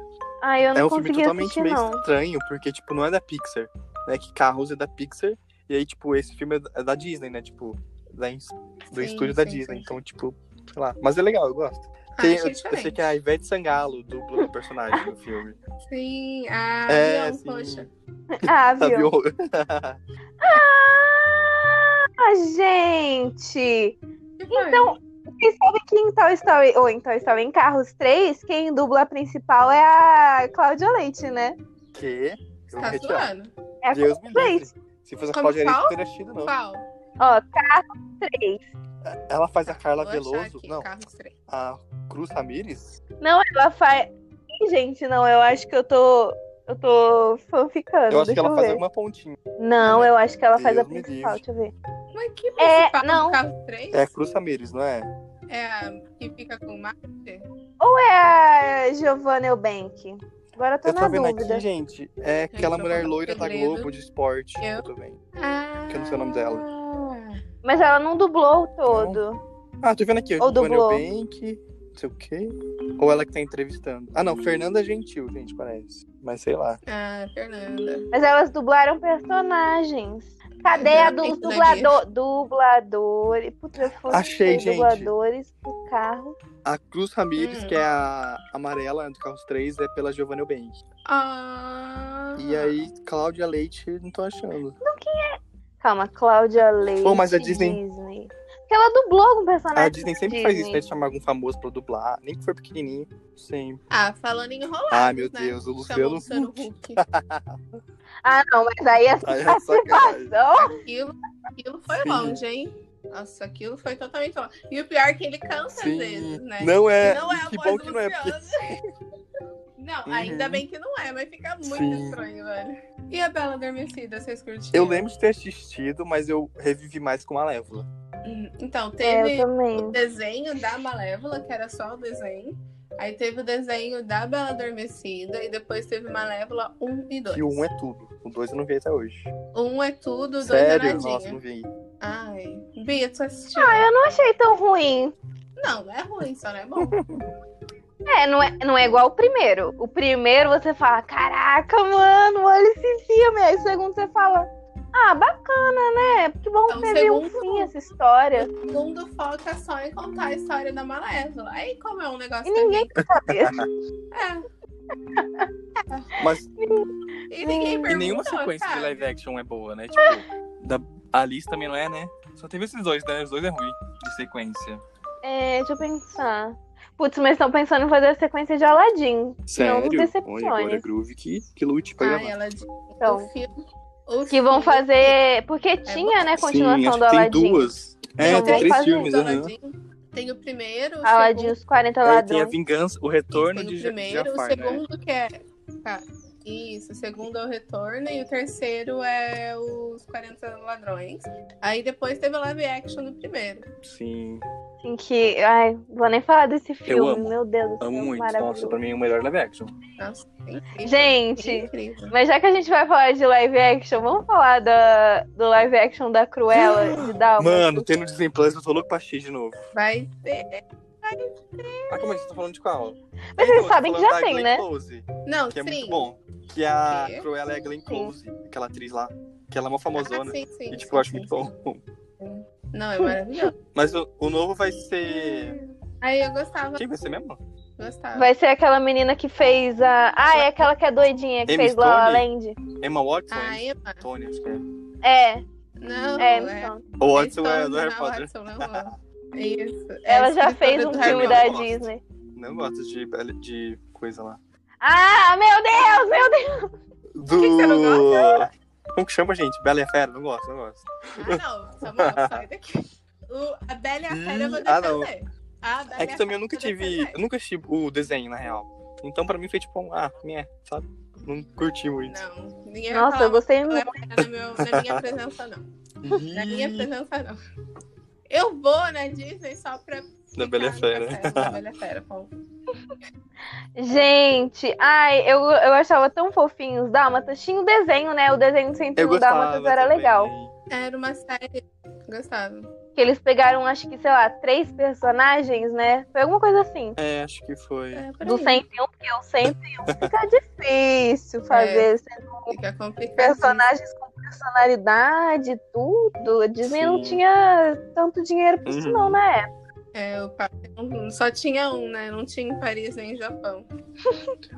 Ah, eu não é um filme consegui totalmente assistir, meio não. estranho, porque, tipo, não é da Pixar, né? Que Carros é da Pixar, e aí, tipo, esse filme é da- é da Disney, né? Tipo, da, ins- do Sim, estúdio da sim, Disney. sim. Então, tipo, sei lá. Mas é legal, eu gosto. Ah, Tem- achei eu, eu sei diferente. que é a Ivete Sangalo dubla o personagem no filme. Sim, ah, É, não, sim. poxa. Ah, Sabe? viu? eu- Ah, Que gente! foi? Então, vocês sabem que em Toy Story, ou em Toy Story, em Carros 3, quem dubla a principal é a Cláudia Leite, né? que? Eu vou tá retirar. zoando? É a Deus me Cláudia livre. Leite. Se fosse a Como Cláudia Leite, qual? não teria assistido, não. Qual? Ó, Carros 3. Ela faz a Carla Vou achar Veloso. aqui, Não, Carros três. a Cruz Ramírez. Não, ela faz. Ih, gente, não, eu acho que eu tô. Eu tô fanficando. Eu acho Deixa que ela eu faz um ver. alguma pontinha. Não, eu acho que ela faz a Deus me principal, livre. deixa eu ver. Mas que É, principal não. Carros 3? É a Cruz Ramírez, não é? É a que fica com o Marte? Ou é a Giovanna Eubank? Agora eu tô eu Tá na tô vendo dúvida. aqui, gente. É aquela tô mulher falando loira da segredo. Globo de esporte. Eu? Eu tô vendo. Ah. Que eu não sei o nome dela. Mas ela não dublou o todo. Ah, tô vendo aqui. Ou Ou Giovanna dublou. Eubank, não sei o quê. Ou ela que tá entrevistando. Ah, não. Fernanda Gentil, gente, parece. Mas sei lá. Ah, Fernanda. Mas elas dublaram personagens. Cadê a dos Exatamente, né, dublador, dubladores? Putz, eu fui Achei, gente. dubladores pro carro. A Cruz Ramírez, Hum. que é a amarela do Carros 3, é pela Giovanna Eubank. Ah. E aí, Cláudia Leite, não tô achando. Calma, Cláudia Leite. Pô, mas a Disney- Disney. Porque ela dublou algum personagem. é A Disney sempre faz isso, né? De chamar algum famoso pra dublar. Nem que for pequenininho. Sempre. Ah, falando em enrolados, Ai, meu né? Deus, o Luciano Chamou o Luciano Huck. Ah, não, mas aí é Ai, é sacanagem. sensação. Aquilo, aquilo foi Sim. longe, hein? Nossa, aquilo foi totalmente longe. E o pior é que ele canta às Sim. vezes, né? Não é. Não é a que voz bom do que não é. Porque... Luciano. Não, ainda Uhum. bem que não é, mas fica muito Sim. estranho, velho. E a Bela Adormecida, vocês curtiram? Eu lembro de ter assistido, mas eu revivi mais com Malévola. Hum, Então, É, eu teve o também. desenho da Malévola, que era só o desenho. Aí teve o desenho da Bela Adormecida e depois teve Malévola 1 e 2. Que o um é tudo. O dois eu não vi até hoje. Um é tudo, dois Sério? é Nossa, nadinha. não vi. Ai, Bia, tu assistiu? Ah, eu não achei tão ruim. Não, é ruim, só não é bom. É, não é, não é igual o primeiro. O primeiro você fala, caraca, mano, olha esse filme. Aí o segundo você fala, ah, bacana, né? Que bom que Então, teve um segundo- fim essa história. O mundo foca só em contar a história da Malévola. Aí, como é um negócio E ninguém quer saber. também- Mas É. E ninguém e perguntou, nenhuma sequência sabe? de live action é boa, né? Tipo, da... Alice também não é, né? Só teve esses dois, né? Os dois é ruim de sequência. É, deixa eu pensar. Putz, mas estão pensando em fazer a sequência de Aladdin. Não nos decepcione. é Groove que, que lute Ai, ela disse Então, o filme- o que vão filme- fazer... Porque tinha, é né, Sim, continuação acho do que tem Aladdin. duas. É, tem Então vamos três fazer. filmes, do aham. Aladdin. Tem o primeiro, o Aladdin, segundo, os 40 Aí tem a ladrões. vingança, o retorno tem de o Ja- primeiro, Jafar, né? o segundo que é... Ah, isso, o segundo é o Retorno e o terceiro é os 40 Ladrões. Aí depois teve a live action do primeiro. Sim, Assim que. Ai, vou nem falar desse filme. amo. Meu Deus do céu. amo muito. É um maravilhoso. Nossa, pra mim é o melhor live action. Nossa, é incrível. É Gente, incrível. mas já que a gente vai falar de live action, vamos falar da, do live action da Cruella de Dalma. Mano, tendo Disney Plus, eu tô louco pra assistir de novo. Vai ter. Ah, como é que você tá falando de qual? Mas Então, vocês sabem que já tem, né? Close, Não, que é sim. muito bom. Que a Quê? Cruella é a Glenn Close, aquela atriz lá. Que ela é uma Ah, famosona. sim, sim, e tipo, sim, eu acho sim, muito sim. bom. Não, é maravilhoso. Mas o, o novo vai ser. Aí eu gostava, Quem vai ser mesmo? gostava. Vai ser aquela menina que fez a. Ah, é aquela que é doidinha, que Emma fez La La Stone? Land. Emma Watson? Emma A Ah, Emma. Stone, acho que é. É, Não, é, é, Emma Stone. O Watson Stone, é do Harry não, Potter. Watson, Então, não, não. Isso. É Ela já escritora fez do um Harry filme da Potter. Disney. Não gosto de, de coisa lá. Ah, meu Deus, meu Deus! Do. você não Como que chama, gente? Bela e a Fera? Não gosto, não gosto. Ah, não, Samuel, sai daqui. O, a Bela e a Fera eu vou Ih, ah, não. defender. Ah, É que também eu nunca tive. Eu Não. nunca assisti o desenho, na real. Então pra mim foi tipo um. Ah, minha, sabe? Não curti muito. não, ninguém vai Nossa, falar eu gostei Bela muito. e a Fera na, meu- na minha presença, não. é Na minha Ih, presença, não. Eu vou na Disney só pra. Da ficar Bela e a no Fera. processo Da Bela e a Fera, Paulo. Gente, ai, eu, eu achava tão fofinho os dálmatas. Tinha o desenho, né? O desenho do Eu centrinho gostava. dálmatas era também. legal. Era uma série. Gostava. Que eles pegaram, acho que, sei lá, três personagens, né? Foi alguma coisa assim. É, acho que foi. É, por Do um aí. 101, porque o 101 fica É, difícil fazer Fica complicado. personagens com personalidade, tudo. A Disney não Sim. tinha tanto dinheiro pra isso, Uhum. não, né? É, o papai não- só tinha um, né? Não tinha em Paris nem em Japão.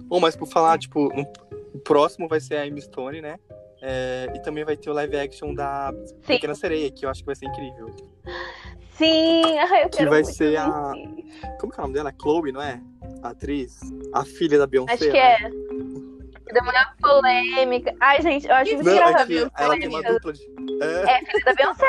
Bom, mas por falar, tipo, no- o próximo vai ser a Amy Stone, né? É, e também vai ter o live action da Sim. Pequena Sereia, que eu acho que vai ser incrível. Sim, ai, eu Que quero vai muito ser a- ver. Como que é o nome dela? Chloe, não é? A atriz? A filha da Beyoncé. Acho que né? é. Que Deu uma polêmica. Ai, gente, eu acho Que muito Não, é engraçado. que ela tem uma dupla de. É, É filha da Beyoncé.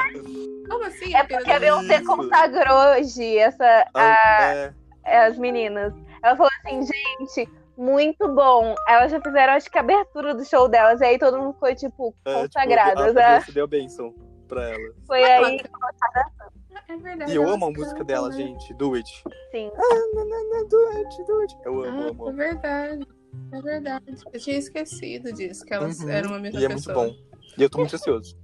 Como assim? É filha porque a da- Beyoncé Isso. consagrou hoje essa, a- é, as meninas. Ela falou assim, gente, muito bom. Elas já fizeram, acho que a abertura do show delas. E aí todo mundo ficou, tipo, é, consagradas. Tipo, né? a Beyoncé deu benção pra ela. Foi aí, É verdade. E eu elas amo a música cantam, dela, né? gente. Do it. é sim. Do it, do it. Eu amo, Ah, amo, é amo. verdade. É verdade. Eu tinha esquecido disso, que elas Uhum. eram uma mesma E é muito pessoa. bom. E eu tô muito ansioso.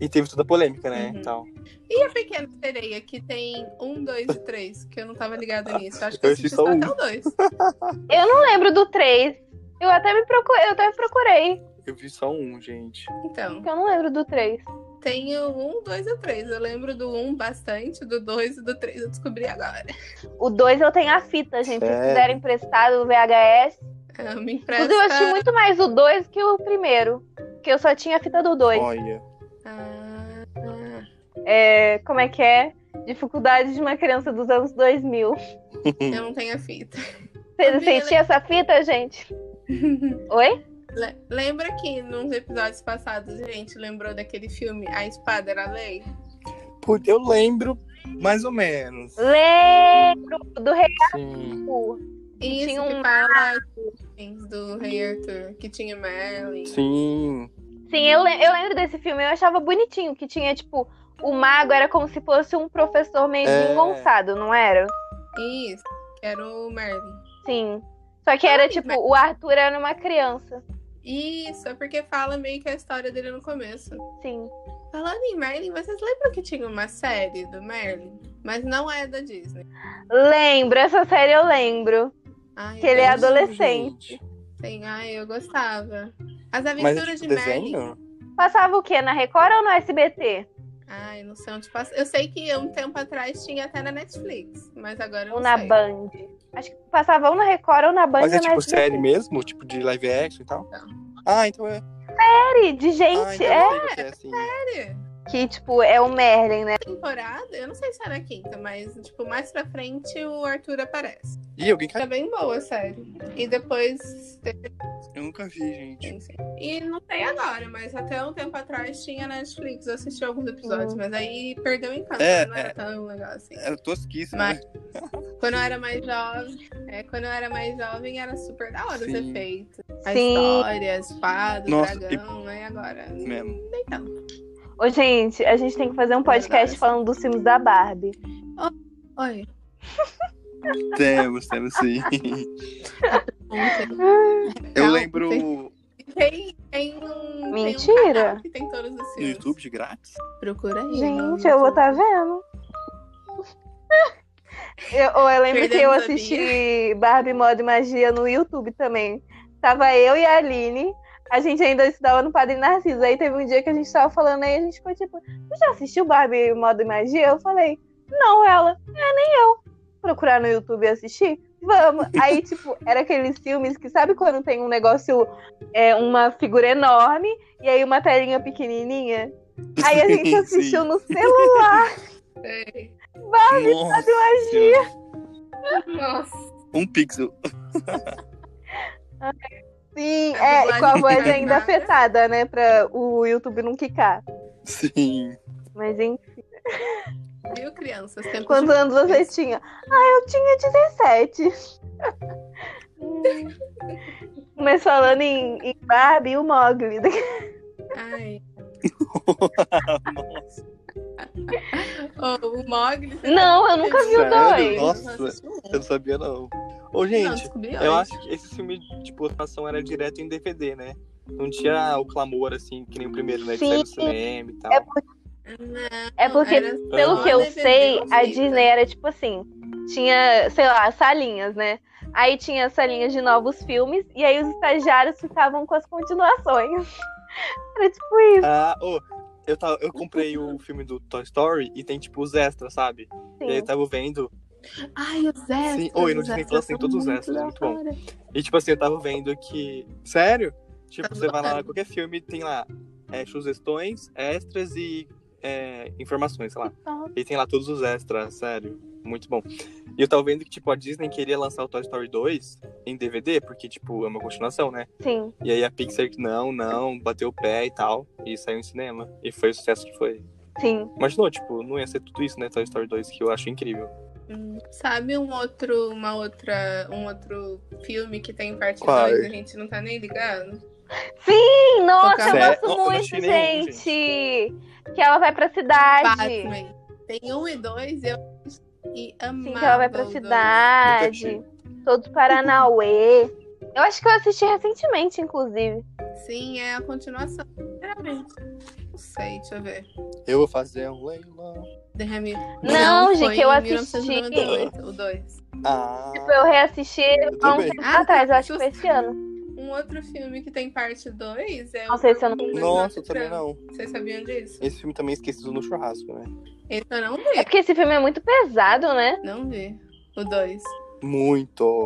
E teve toda a polêmica, né? Uhum. Então, E a Pequena Sereia, que tem um, dois e três, que eu não tava ligada nisso. Eu Acho que Eu eu assisti assisti só só um. até o dois. Eu não lembro do 3. Eu até me procurei, eu até me procurei. eu vi só um, gente. Então, porque Eu não lembro do 3. tem o um, dois e o três. Eu lembro do um bastante, do dois e do três eu descobri agora. O 2 eu tenho a fita, gente. Se Sério? fizeram emprestado o VHS. Ah, me Inclusive, eu achei empresta... muito mais o 2 que o primeiro. Porque eu só tinha a fita do 2. Olha. Ah, ah. É, como é que é? Dificuldade de uma criança dos anos 2000. Hum. eu não tenho a fita. Vocês Amiga, assistiam essa fita, gente? Oi? Le- Lembra que nos episódios passados, gente, lembrou daquele filme A Espada era a Lei? Puta, eu lembro mais ou menos. Lembro do Rei Sim. Arthur. Isso Tinha que um Hum. fala do Rei Arthur, que tinha Merlin. Sim. Sim, eu, le- eu lembro desse filme. Eu achava bonitinho, que tinha, tipo, o mago era como se fosse um professor meio É. desengonçado, não era? Isso, que era o Merlin. Sim. Só que era, Ai, tipo, mas- o Arthur era uma criança. Isso, é porque fala meio que a história dele no começo. Sim. Falando em Merlin, vocês lembram que tinha uma série do Merlin? Mas não é da Disney. Lembro, essa série eu lembro. Ai, Que ele é eu adolescente. gente. gostei. Ai, eu gostava. As Mas aventuras é tipo de Merlin. desenho? Passava o quê? Na Record ou no SBT? Ai, não sei onde passa. Eu sei que um tempo atrás tinha até na Netflix, mas agora eu Ou não na sei. Band? Acho que passava ou na Record ou na Band Mas é ou na tipo SBT. série mesmo? Tipo de live action e tal? Ah, então é. Série de Ah, gente, então é. eu sei qual que é, sim. Sério? Que, tipo, é o Merlin, né? Temporada, eu não sei se era a quinta, mas tipo, mais pra frente o Arthur aparece. Ih, alguém caiu. Era Tá bem boa, sério. E depois assim. teve, Eu nunca vi, gente. enfim. E não tem agora, mas até um tempo atrás tinha na Netflix, eu assisti alguns episódios, Hum. mas aí perdeu o encanto, É, não era é. tão legal assim. Era tosquíssimo. Mas- né? Quando eu era mais jovem, é, quando eu era mais jovem era super da hora Sim. os efeitos. A Sim. história, a espada, o Nossa, dragão, aí agora. Mesmo. Nem tanto. Ô, gente, a gente tem que fazer um podcast Verdade. falando dos filmes da Barbie. Oi. Temos, temos sim. Eu Não, lembro tem- no Tem, tem um. Tem um Mentira. canal que tem todos os filmes. YouTube de grátis. Procura aí. no Gente, eu YouTube. vou estar vendo. Eu, ou eu lembro que eu Perdemos a assisti Barbie Moda e Magia no YouTube também. Tava eu e a Aline. A gente ainda estudava no Padre Narciso. Aí teve um dia que a gente tava falando aí, a gente ficou tipo, tu já assistiu Barbie Moda e Magia? Eu falei, não, ela, é nem eu. Procurar no YouTube e assistir? Vamos. Aí, tipo, era aqueles filmes que sabe quando tem um negócio, é, uma figura enorme e aí uma telinha pequenininha? Aí a gente Sim, assistiu no celular. Sei. Ah, sim. Nossa, Senhora. Nossa. um pixel. Sim, A é, dublagem com a voz não tem ainda nada. afetada, né? Pra o YouTube não quicar. Sim. Mas enfim, Viu, crianças? Tempos quantos de- anos você tinha? Ah, eu tinha 17. Mas falando em, em Barbie e o Mogli. Ai. Nossa. Ô, o Mogli. você tá Não, eu nunca vi o Sério? dois. Nossa, Não assistiu, eu não sabia não. Ô, Não, gente, descobri eu hoje. acho que esse filme de tipo, animação era direto em DVD, né? não tinha o clamor, assim, que nem o primeiro, né? Que Sim. saiu no cinema e tal. É É porque, Ah, Era pelo só que eu DVD sei, a fita. Disney era tipo assim: tinha, sei lá, salinhas, né? Aí tinha salinhas de novos filmes, e aí os estagiários ficavam com as continuações. Era tipo isso. Ah, ô, eu, tava, eu comprei o filme do Toy Story e tem, tipo, os extras, sabe? E aí eu tava vendo. Ai, os extras. Sim, oi, no os Disney extras Plus tem são todos os tá muito extras, da muito bom. hora. E, tipo assim, eu tava vendo que. Sério? Tipo, Tá você vai lá, zoando. qualquer filme tem lá é, sugestões, extras e é, informações, sei lá. Top. E tem lá todos os extras, sério. Muito bom. E eu tava vendo que, tipo, a Disney queria lançar o Toy Story 2 em DVD, porque, tipo, é uma continuação, né? Sim. E aí a Pixar, não, não, bateu o pé e tal. E saiu em cinema. E foi o sucesso que foi. Sim. Imaginou, tipo, não ia ser tudo isso, né? Toy Story 2, que eu acho incrível. Hum, Sabe um outro, uma outra, um outro filme que tem parte Qual? 2 e a gente não tá nem ligado? Sim, É, nossa, eu Sério? gosto Não, eu não muito, achei nenhum, gente. Que ela vai pra cidade. Batman. Tem um e dois e eu e Sim, amava que ela vai pra os dois. cidade. Todo Paranauê. Eu acho que eu assisti recentemente, inclusive. Sim, é a continuação. Sinceramente. Não sei, deixa eu ver. Eu vou fazer um leilão. Derrame. Não, gente, foi eu em assisti. 1998, o 2. Ah. Tipo, eu reassisti tudo há um bem. tempo Ah, atrás, eu acho que tu- foi esse ano. Um outro filme que tem parte 2 é Não o sei se eu não- Corcunda de Nossa, Notre um eu também Dame. não. Vocês sabiam disso? Esse filme também é esquecido no churrasco, né? Esse eu não É vi. porque esse filme é muito pesado, né? Não vi. O 2. Muito.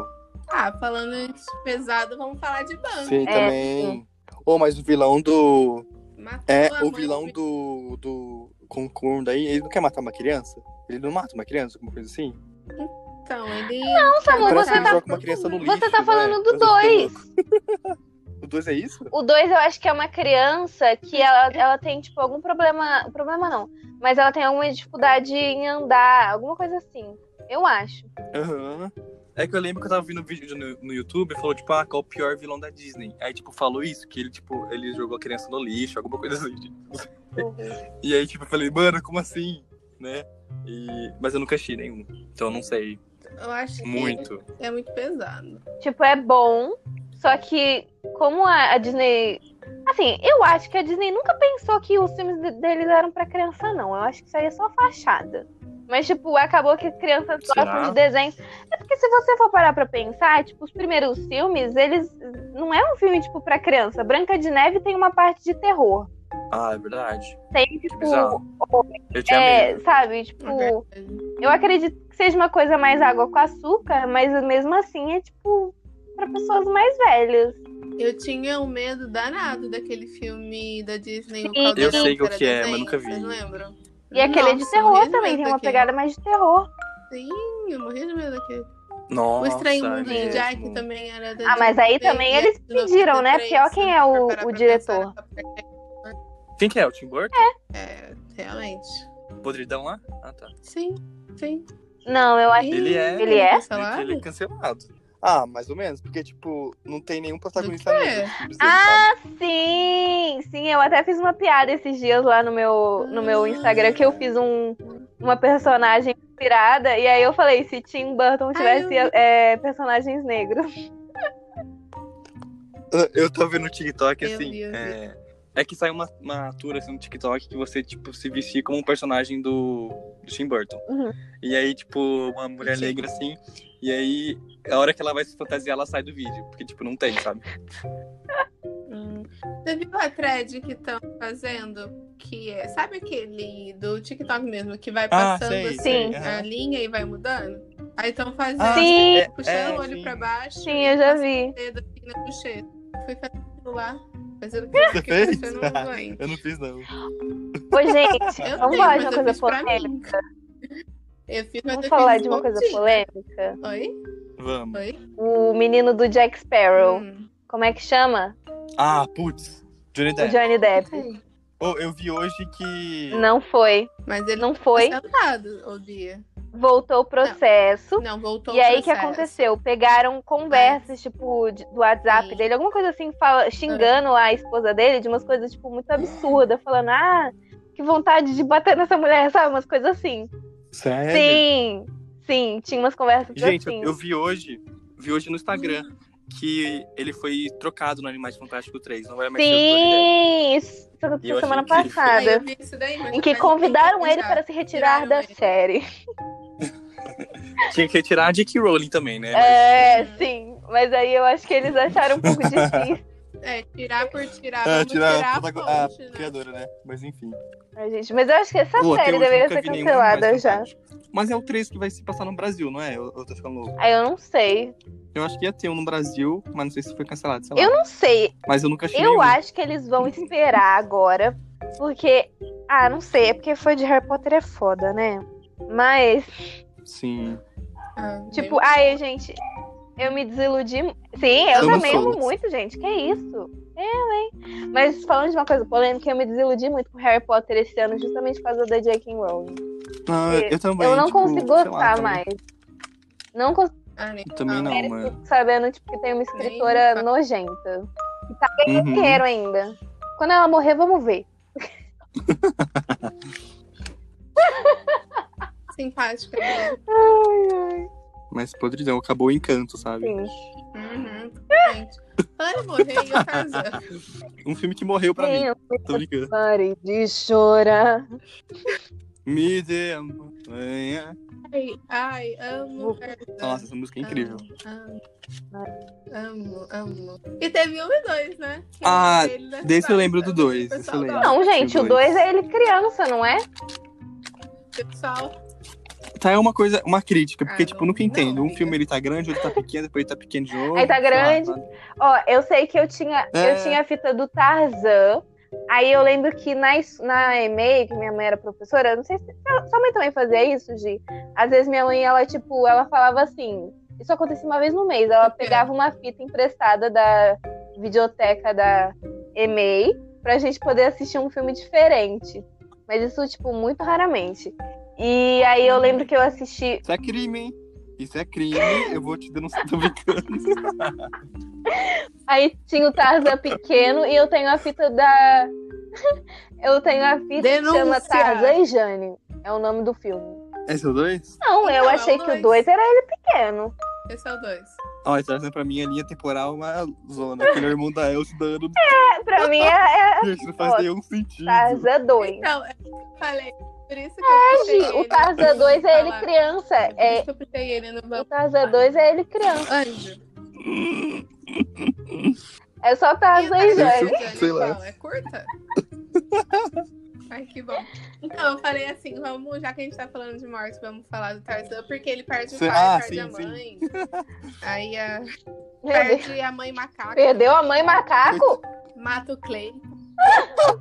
Ah, falando de pesado, vamos falar de banco. É, Sim, também. Ô, mas o vilão do. Matou É, a o mãe vilão do- do. do concurso daí, ele não quer matar uma criança? Ele não mata uma criança, alguma coisa assim? Então, ele. Não, Samu, Parece você que ele tá- joga uma criança no lixo. Você tá né? falando do Mas eu fiquei 2. louco. O 2 é isso? O 2 eu acho que é uma criança que ela, ela tem, tipo, algum problema. Problema não. Mas ela tem alguma dificuldade em andar, alguma coisa assim. Eu acho. Aham. É que eu lembro que eu tava vendo um vídeo no, no YouTube e falou, tipo, ah, qual o pior vilão da Disney? Aí, tipo, falou isso, que ele, tipo, ele jogou a criança no lixo, alguma coisa assim. E aí, tipo, eu falei, mano, como assim? Né? E... Mas eu nunca achei nenhum. Então eu não sei. Eu acho que Muito. é muito pesado. Tipo, é bom. Só que, como a, a Disney. Assim, eu acho que a Disney nunca pensou que os filmes de- deles eram pra criança, não. Eu acho que isso aí é só fachada. Mas, tipo, acabou que as crianças Será? gostam de desenhos. É porque se você for parar pra pensar, tipo, os primeiros filmes, eles. Não é um filme, tipo, pra criança. Branca de Neve tem uma parte de terror. Ah, é verdade. Tem, Que tipo, bizarro. Eu tinha é, medo. sabe, tipo, eu acredito que seja uma coisa mais água com açúcar, mas mesmo assim é tipo pra pessoas mais velhas. Eu tinha um medo danado daquele filme da Disney. Sim. O Caldeirão, Eu sei o era que é, mas desenho, nunca vi. Vocês lembram? E aquele é de Nossa, eu terror morri de também, medo tem uma daquele. pegada mais de terror. Sim, eu morri de medo daquele. O Nossa, Estranho é Mundo de mesmo. Jack também era da Ah, mas aí Disney, também né, eles de 93, pediram, né? Porque ó quem é o- pra parar o pra pensar, diretor. Quem que é? O Tim Burton? É, realmente. Podridão lá? Ah, tá. Sim, sim. Não, eu acho. Ele é. Ele é? Cancelado? Ele é cancelado. Ah, mais ou menos, porque, tipo, não tem nenhum protagonista tipo, Não mesmo. é. dos filmes dele, Ah, sim! Sim, eu até fiz uma piada esses dias lá no meu, no meu Ah. Instagram, que eu fiz um, uma personagem inspirada, e aí eu falei, se Tim Burton tivesse eu vi. é, personagens negros. Eu- Eu tô vendo no TikTok, Eu assim. vi, eu vi. é... é que sai uma, uma tour assim, no TikTok que você, tipo, se vestir como um personagem do, do Tim Burton. Uhum. E aí, tipo, uma mulher Tim. negra, assim. E aí, a hora que ela vai se fantasiar, ela sai do vídeo. Porque, tipo, não tem, sabe? Hum. Você viu a thread que estão fazendo? Que é, sabe aquele do TikTok mesmo, que vai Ah, passando assim, sei, a linha e vai mudando? Aí estão fazendo, assim, Ah, Sim. é, puxando é, o olho sim. pra baixo. Sim, eu já vi. Dedo aqui na bochecha. Fui fazendo lá. Fazendo o quê? Porque fez? eu não doente. Eu não fiz, não. Ô, gente, Eu tenho, vamos falar mas de uma eu coisa fiz pra mim. polêmica. Eu fiz, um mas Vamos eu falar fiz de uma coisa escondida. polêmica. Oi? Vamos. Oi? O menino do Jack Sparrow. Hum. Como é que chama? Ah, putz. Johnny O Depp. Johnny Depp. Oh, eu vi hoje que. Não foi. Mas ele Não foi. foi sentado, ô Bia. Voltou o processo. Não, voltou E o aí, o que processo. aconteceu? Pegaram conversas, tipo, de- do WhatsApp Sim. dele, alguma coisa assim, fala- xingando a esposa dele de umas coisas, tipo, muito absurdas, falando, ah, que vontade de bater nessa mulher, sabe? Umas coisas assim. Sério? Sim, sim, tinha umas conversas Gente, assim. eu, eu vi hoje. Vi hoje no Instagram. que ele foi trocado no Animais Fantásticos 3, não vai mais ser o Johnny Depp. Sim, isso E eu aconteceu achei semana incrível. Aí eu passada. vi isso daí, mas Em que já faz um convidaram tempo ele já. para se retirar Tiraram da ele. série. Tinha que retirar a J.K. Rowling também, né? Mas- É, sim. Mas aí eu acho que eles acharam um pouco difícil. É, tirar por tirar. É, vamos tirar, a protago- fonte, né? criadora, né? Mas enfim. Ai, gente, mas eu acho que essa Pô, até série hoje eu Tá deveria nunca ser vi nenhum cancelada Animais já. Fantásticos. Mas é o 3 que vai se passar no Brasil, não é? Eu, eu tô ficando louco. Aí eu não sei. Eu acho que ia ter um no Brasil, mas não sei se foi cancelado, sei lá. Eu não sei. Mas eu nunca achei Eu nenhum. acho que eles vão esperar agora, porque. Ah, não sei, é porque foi de Harry Potter é foda, né? Mas, Sim. Ah, tipo, ai, gente, eu me desiludi. mu- Sim, eu Somos também amo todos. muito, gente. Que isso? Eu, hein? Mas falando de uma coisa polêmica, eu me desiludi muito com Harry Potter esse ano, justamente por causa da J.K. Rowling. Não, eu, eu também. eu não tipo, consigo sei lá, gostar também- mais. Não consigo, ah, nem- Eu também ah, não, Sério? mano. sabendo, tipo, que tem uma escritora Nem- nojenta. Que tá ganhando Uhum. dinheiro ainda. Quando ela morrer, vamos ver. Simpática. né? Mas podridão, acabou o encanto, sabe? Sim. Uhum. Gente. Ana morreu e eu casar. Um filme que morreu pra mim. Tô brincando. Pare de chorar. Me dê amor. É. Ai, ai, amo. Nossa, essa música é incrível. Ah. Amo, amo, amo. E teve um e dois, né? Que Ah, é ele, né? desse eu lembro do O dois, pessoal esse eu lembro. gosta, Não, gente, o Dois. 2 é ele criança, não é? o Pessoal, Tá, é uma coisa, uma crítica, porque, Ah, tipo, não- eu nunca entendo. não, um amiga. filme ele tá grande, outro tá pequeno, depois ele tá pequeno de novo. Aí tá sei lá, grande. sabe? Ó, eu sei que eu tinha, É. eu tinha a fita do Tarzan. Aí eu lembro que na, es- na EMEI, que minha mãe era professora, eu não sei se sua sua mãe também fazia isso, Gi. Às vezes minha mãe, ela, tipo, ela falava assim. Isso acontecia uma vez no mês. Ela O quê? pegava uma fita emprestada da videoteca da EMEI pra gente poder assistir um filme diferente. Mas isso, tipo, muito raramente. E aí eu lembro que eu assisti Isso é crime, hein? Isso é crime, eu vou te denunciar. Tô brincando. Aí tinha o Tarzan pequeno e eu tenho a fita da. eu tenho a fita Denúncia! que chama Tarzan e Jane. É o nome do filme. Esse é o dois? Não, Então, é eu o achei que dois. o 2 era ele pequeno. esse é o dois. Ó, ele tá trazendo pra mim a linha temporal uma zona. Aquele irmão da Elsa dando. É, pra mim é, é Tá, Isso não faz Ó, nenhum sentido. Tarzan 2. Então, é o que eu falei. Por isso que eu puxei ele. O Tarzan 2 é ele Falar. criança. Por É, isso que eu puxei ele no o banco. Tarzan 2 é ele criança. Anjo. É só Tarzan E e o Jane. Tarzan, Sei lá. então, É curta? Ai, que bom. Então, eu falei assim, vamos, já que a gente tá falando de morte, vamos falar do Tarzan, porque ele perde o Cê- pai, ah, perde a sim, sim. mãe. Aí a- Meu Deus. perde a mãe macaca. Perdeu a mãe macaco? Mata o Clay.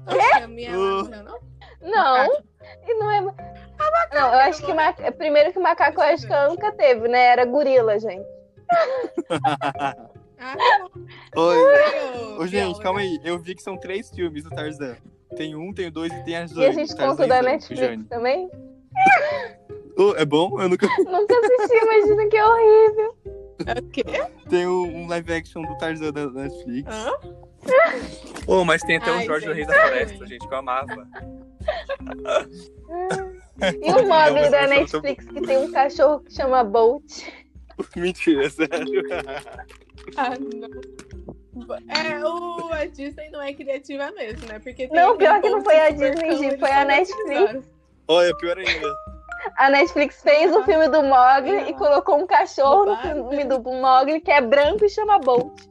Quê? Minha Uh. não, não. Não. Macaco. é E não é. Não, eu acho que. ma- Primeiro que macaco eu acho que eu nunca teve, né? Era gorila, gente. Ah, tá não. Oi. Foi o Ô, gente, biólogo. calma aí. Eu vi que são três filmes do Tarzan. Tem um, tem dois e tem a E Jane. a gente Tarzan conta e da Jane, Netflix Jane. também? Ô, é bom? Eu nunca... Nunca assisti, imagina que horrível. É o quê? Tem um um live action do Tarzan da da Netflix. Hã? Ô, mas tem até o Ai, Jorge o Rei gente. da é Floresta, gente, que eu amava. E o Não, mobile da mas eu sou- Netflix que tem um cachorro que chama Bolt. Mentira, é sério. Ah, não. É, o, a Disney não é criativa mesmo, né? Porque tem Não, aquele pior que não monte foi a de porcão, Disney, Gi, eles foi a são Netflix. episódios. Olha, pior ainda. A Netflix fez o filme do Mogli e colocou um cachorro no filme do Mogli que é branco e chama Bolt.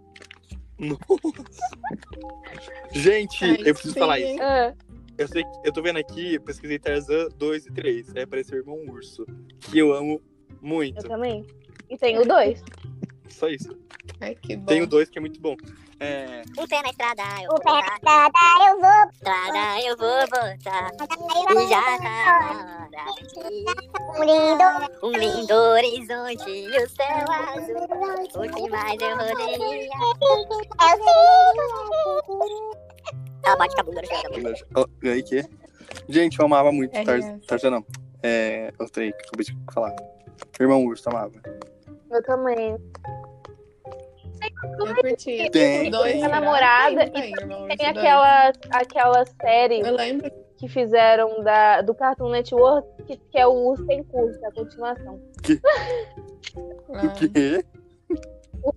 Gente, Ai, eu preciso sim. falar isso. Ah, Eu sei que eu tô vendo aqui, eu pesquisei Tarzan 2 e 3. É apareceu o irmão urso. Que eu amo eu muito. também. E tem o dois. Só isso. Ai, que bom. Tem o 2 que é muito bom. É. O pé na estrada eu O vou pé na botar, estrada eu vou estrada eu vou botar. E já tá na hora de um lindo um lindo horizonte e o céu azul. O que mais eu rodeia? é o Ela Ah, bate com a bunda no chão. tá ó, Aí que é. Gente, eu amava muito É, Tarzan. é. Tarzan não. É. Outra aí que eu acabei de falar. Irmão urso, amava. Eu também. é Eu curti. Tem. O dois, A namorada tem, tem, irmão, Tem o dois. aquela, aquela série Eu lembro. que fizeram da, do Cartoon Network, que, que é o Urso Sem Curso, a continuação. O quê? O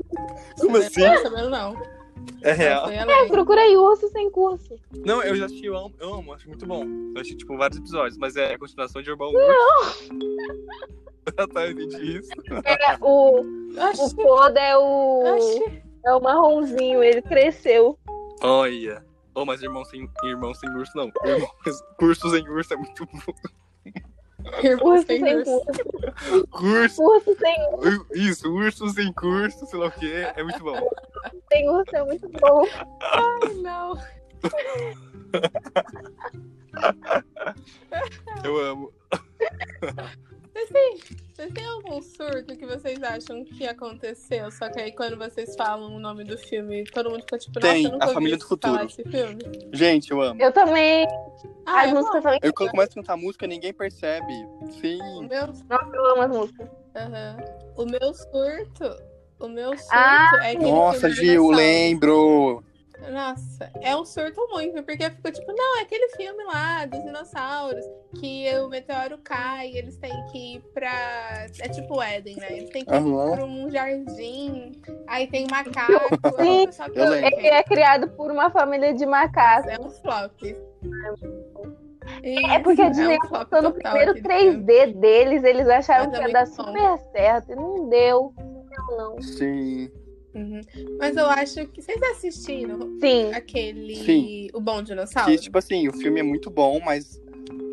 Como Eu assim? ah, Não tô sabendo, não. É real. Foi além. Procura aí, urso sem curso. Não, eu já assisti, eu amo, eu amo, acho muito bom. Eu achei, tipo, vários episódios, mas é a continuação de Urban Não! tá, eu entendi isso. É, o, o Oxi, Koda é o, oxi. é o marronzinho, ele cresceu. Olha. Oh, mas irmão sem, irmão sem urso, não. Irmão, curso sem urso é muito bom. Irmão Urso sem sem urso. curso. Curso, Urso sem, isso, urso sem curso, sei lá o que, é muito bom. sem urso é muito bom. Ai, Ah, não. Eu amo. Vocês têm algum surto que vocês acham que aconteceu? Só que aí quando vocês falam o nome do filme, todo mundo fica tipo, nossa, Tem, eu nunca A Família ouvi do Futuro. falar desse filme. Gente, eu amo. Eu também, Ah, as eu músicas também, Eu, quando começo a cantar música, ninguém percebe. amo. O Sim. meu, nossa, eu amo as músicas. aham. o meu surto... O meu surto Ah, é aquele Nossa, filme do Gil, dinossauro. lembro. Nossa, é um surto muito, porque eu fico tipo, não, é aquele filme lá dos dinossauros, que o meteoro cai, e eles têm que ir pra. É tipo o Éden, né? Eles têm que ir Aham. pra um jardim, aí tem macaco, aí o pessoal Eu lembro. Ele é criado por uma família de macacos. É um flop. É porque a um Disney apostou no primeiro 3D deles, eles acharam né? Mas que é ia muito dar bom. super certo, e não deu. Não, não. Sim. Uhum. Mas eu acho que vocês assistiram Sim, aquele. Sim. O Bom Dinossauro? Que, tipo assim, o filme é muito bom, mas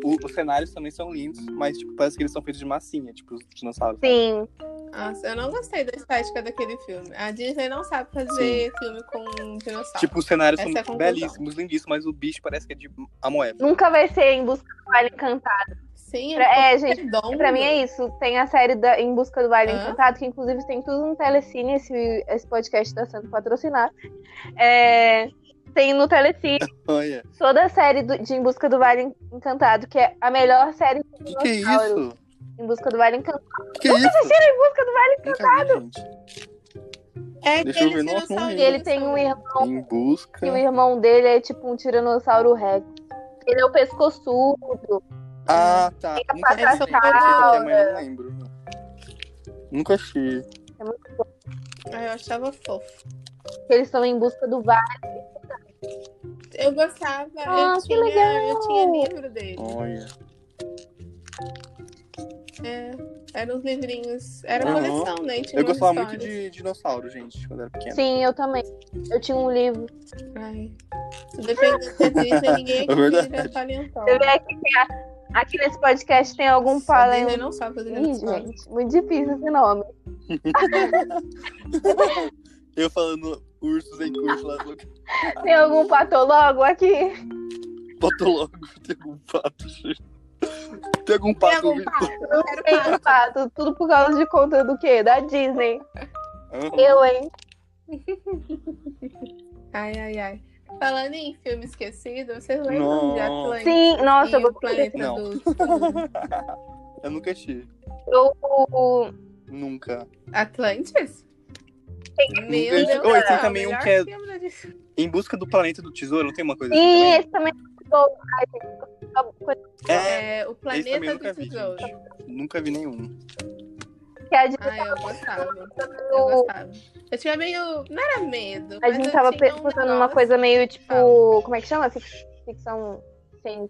o- os cenários também são lindos, mas tipo, parece que eles são feitos de massinha, tipo, os dinossauros. sim. Nossa, eu não gostei da estética daquele filme. A Disney não sabe fazer filme com dinossauro. Tipo, os cenários Essa é a são conclusão. belíssimos, lindíssimos, mas o bicho parece que é de Amoeba. Nunca vai ser em busca do Vale Encantado. Sim, Pra- é, é, um pouco gente, redondo. Pra mim é isso. Tem a série da Em Busca do Vale Hã? Encantado, que inclusive tem tudo no Telecine. Esse, esse podcast está sendo patrocinado. É, tem no Telecine Olha, toda a série do- de Em Busca do Vale Encantado, que é a melhor série o que, que é isso? Dinossauros. Em Busca do Vale Encantado. O que, que é isso? Tira Em Busca do Vale Nunca vi, gente. É Deixa eu aquele ver, nossa, não dinossauro- lembro. E ele tem um irmão, Em busca. e o irmão dele é tipo um tiranossauro rex. Ele é o pescoçudo. Ah, tá. Tem a Nunca vi, pata gente. Eu achei que é, mas cauda. não lembro. Nunca achei. Ah, eu achava fofo. que Eles estão em busca do vale. Eu gostava. Ah, eu, que tinha, legal. eu tinha livro dele. Olha. É, eram uns livrinhos. Era Aham. coleção, né? E Tinha Eu umas gostava muito histórias. de dinossauro, gente, quando era pequeno. Sim, eu também. Eu tinha um livro. Ai. Se depender da Disney, ninguém aqui É verdade. vira paleontólogo. Você vê aqui, que a- aqui nesse podcast tem algum A Disney paleo. não sabe fazer Ih, dinossauro. gente, muito difícil esse nome. Eu falando ursos em curso lá no Tem algum patologo aqui? patologo. Tem algum pato, gente. Tem algum Tem pato. algum ouvindo? pato? Eu quero Tem pato. pato, tudo por causa de conta do quê? Da Disney. Aham. Eu, hein? Ai, ai, ai. Falando em filme esquecido, vocês lembram de Não. Atlântida? Sim, nossa, e eu o gostei. planeta Não. dos Eu nunca achei. Eu- o- Nunca. Atlantis? Meu Esse- Deus do Oi, tem céu, também um melhor que é- filme da Disney. Em busca do planeta do tesouro, não tem uma coisa assim Sim, também? esse também é muito bom. Ai, gente, uma coisa É, É, o esse também eu Planeta nunca do vi, Tesouro. gente. Nunca vi nenhum. que a Disney Ah, eu gostava. Eu tava- gostava. Eu tinha meio. Não era medo. a gente mas eu tava tinha um pensando numa negócio- coisa meio tipo. Como é que chama? Fic- Ficção. Sim.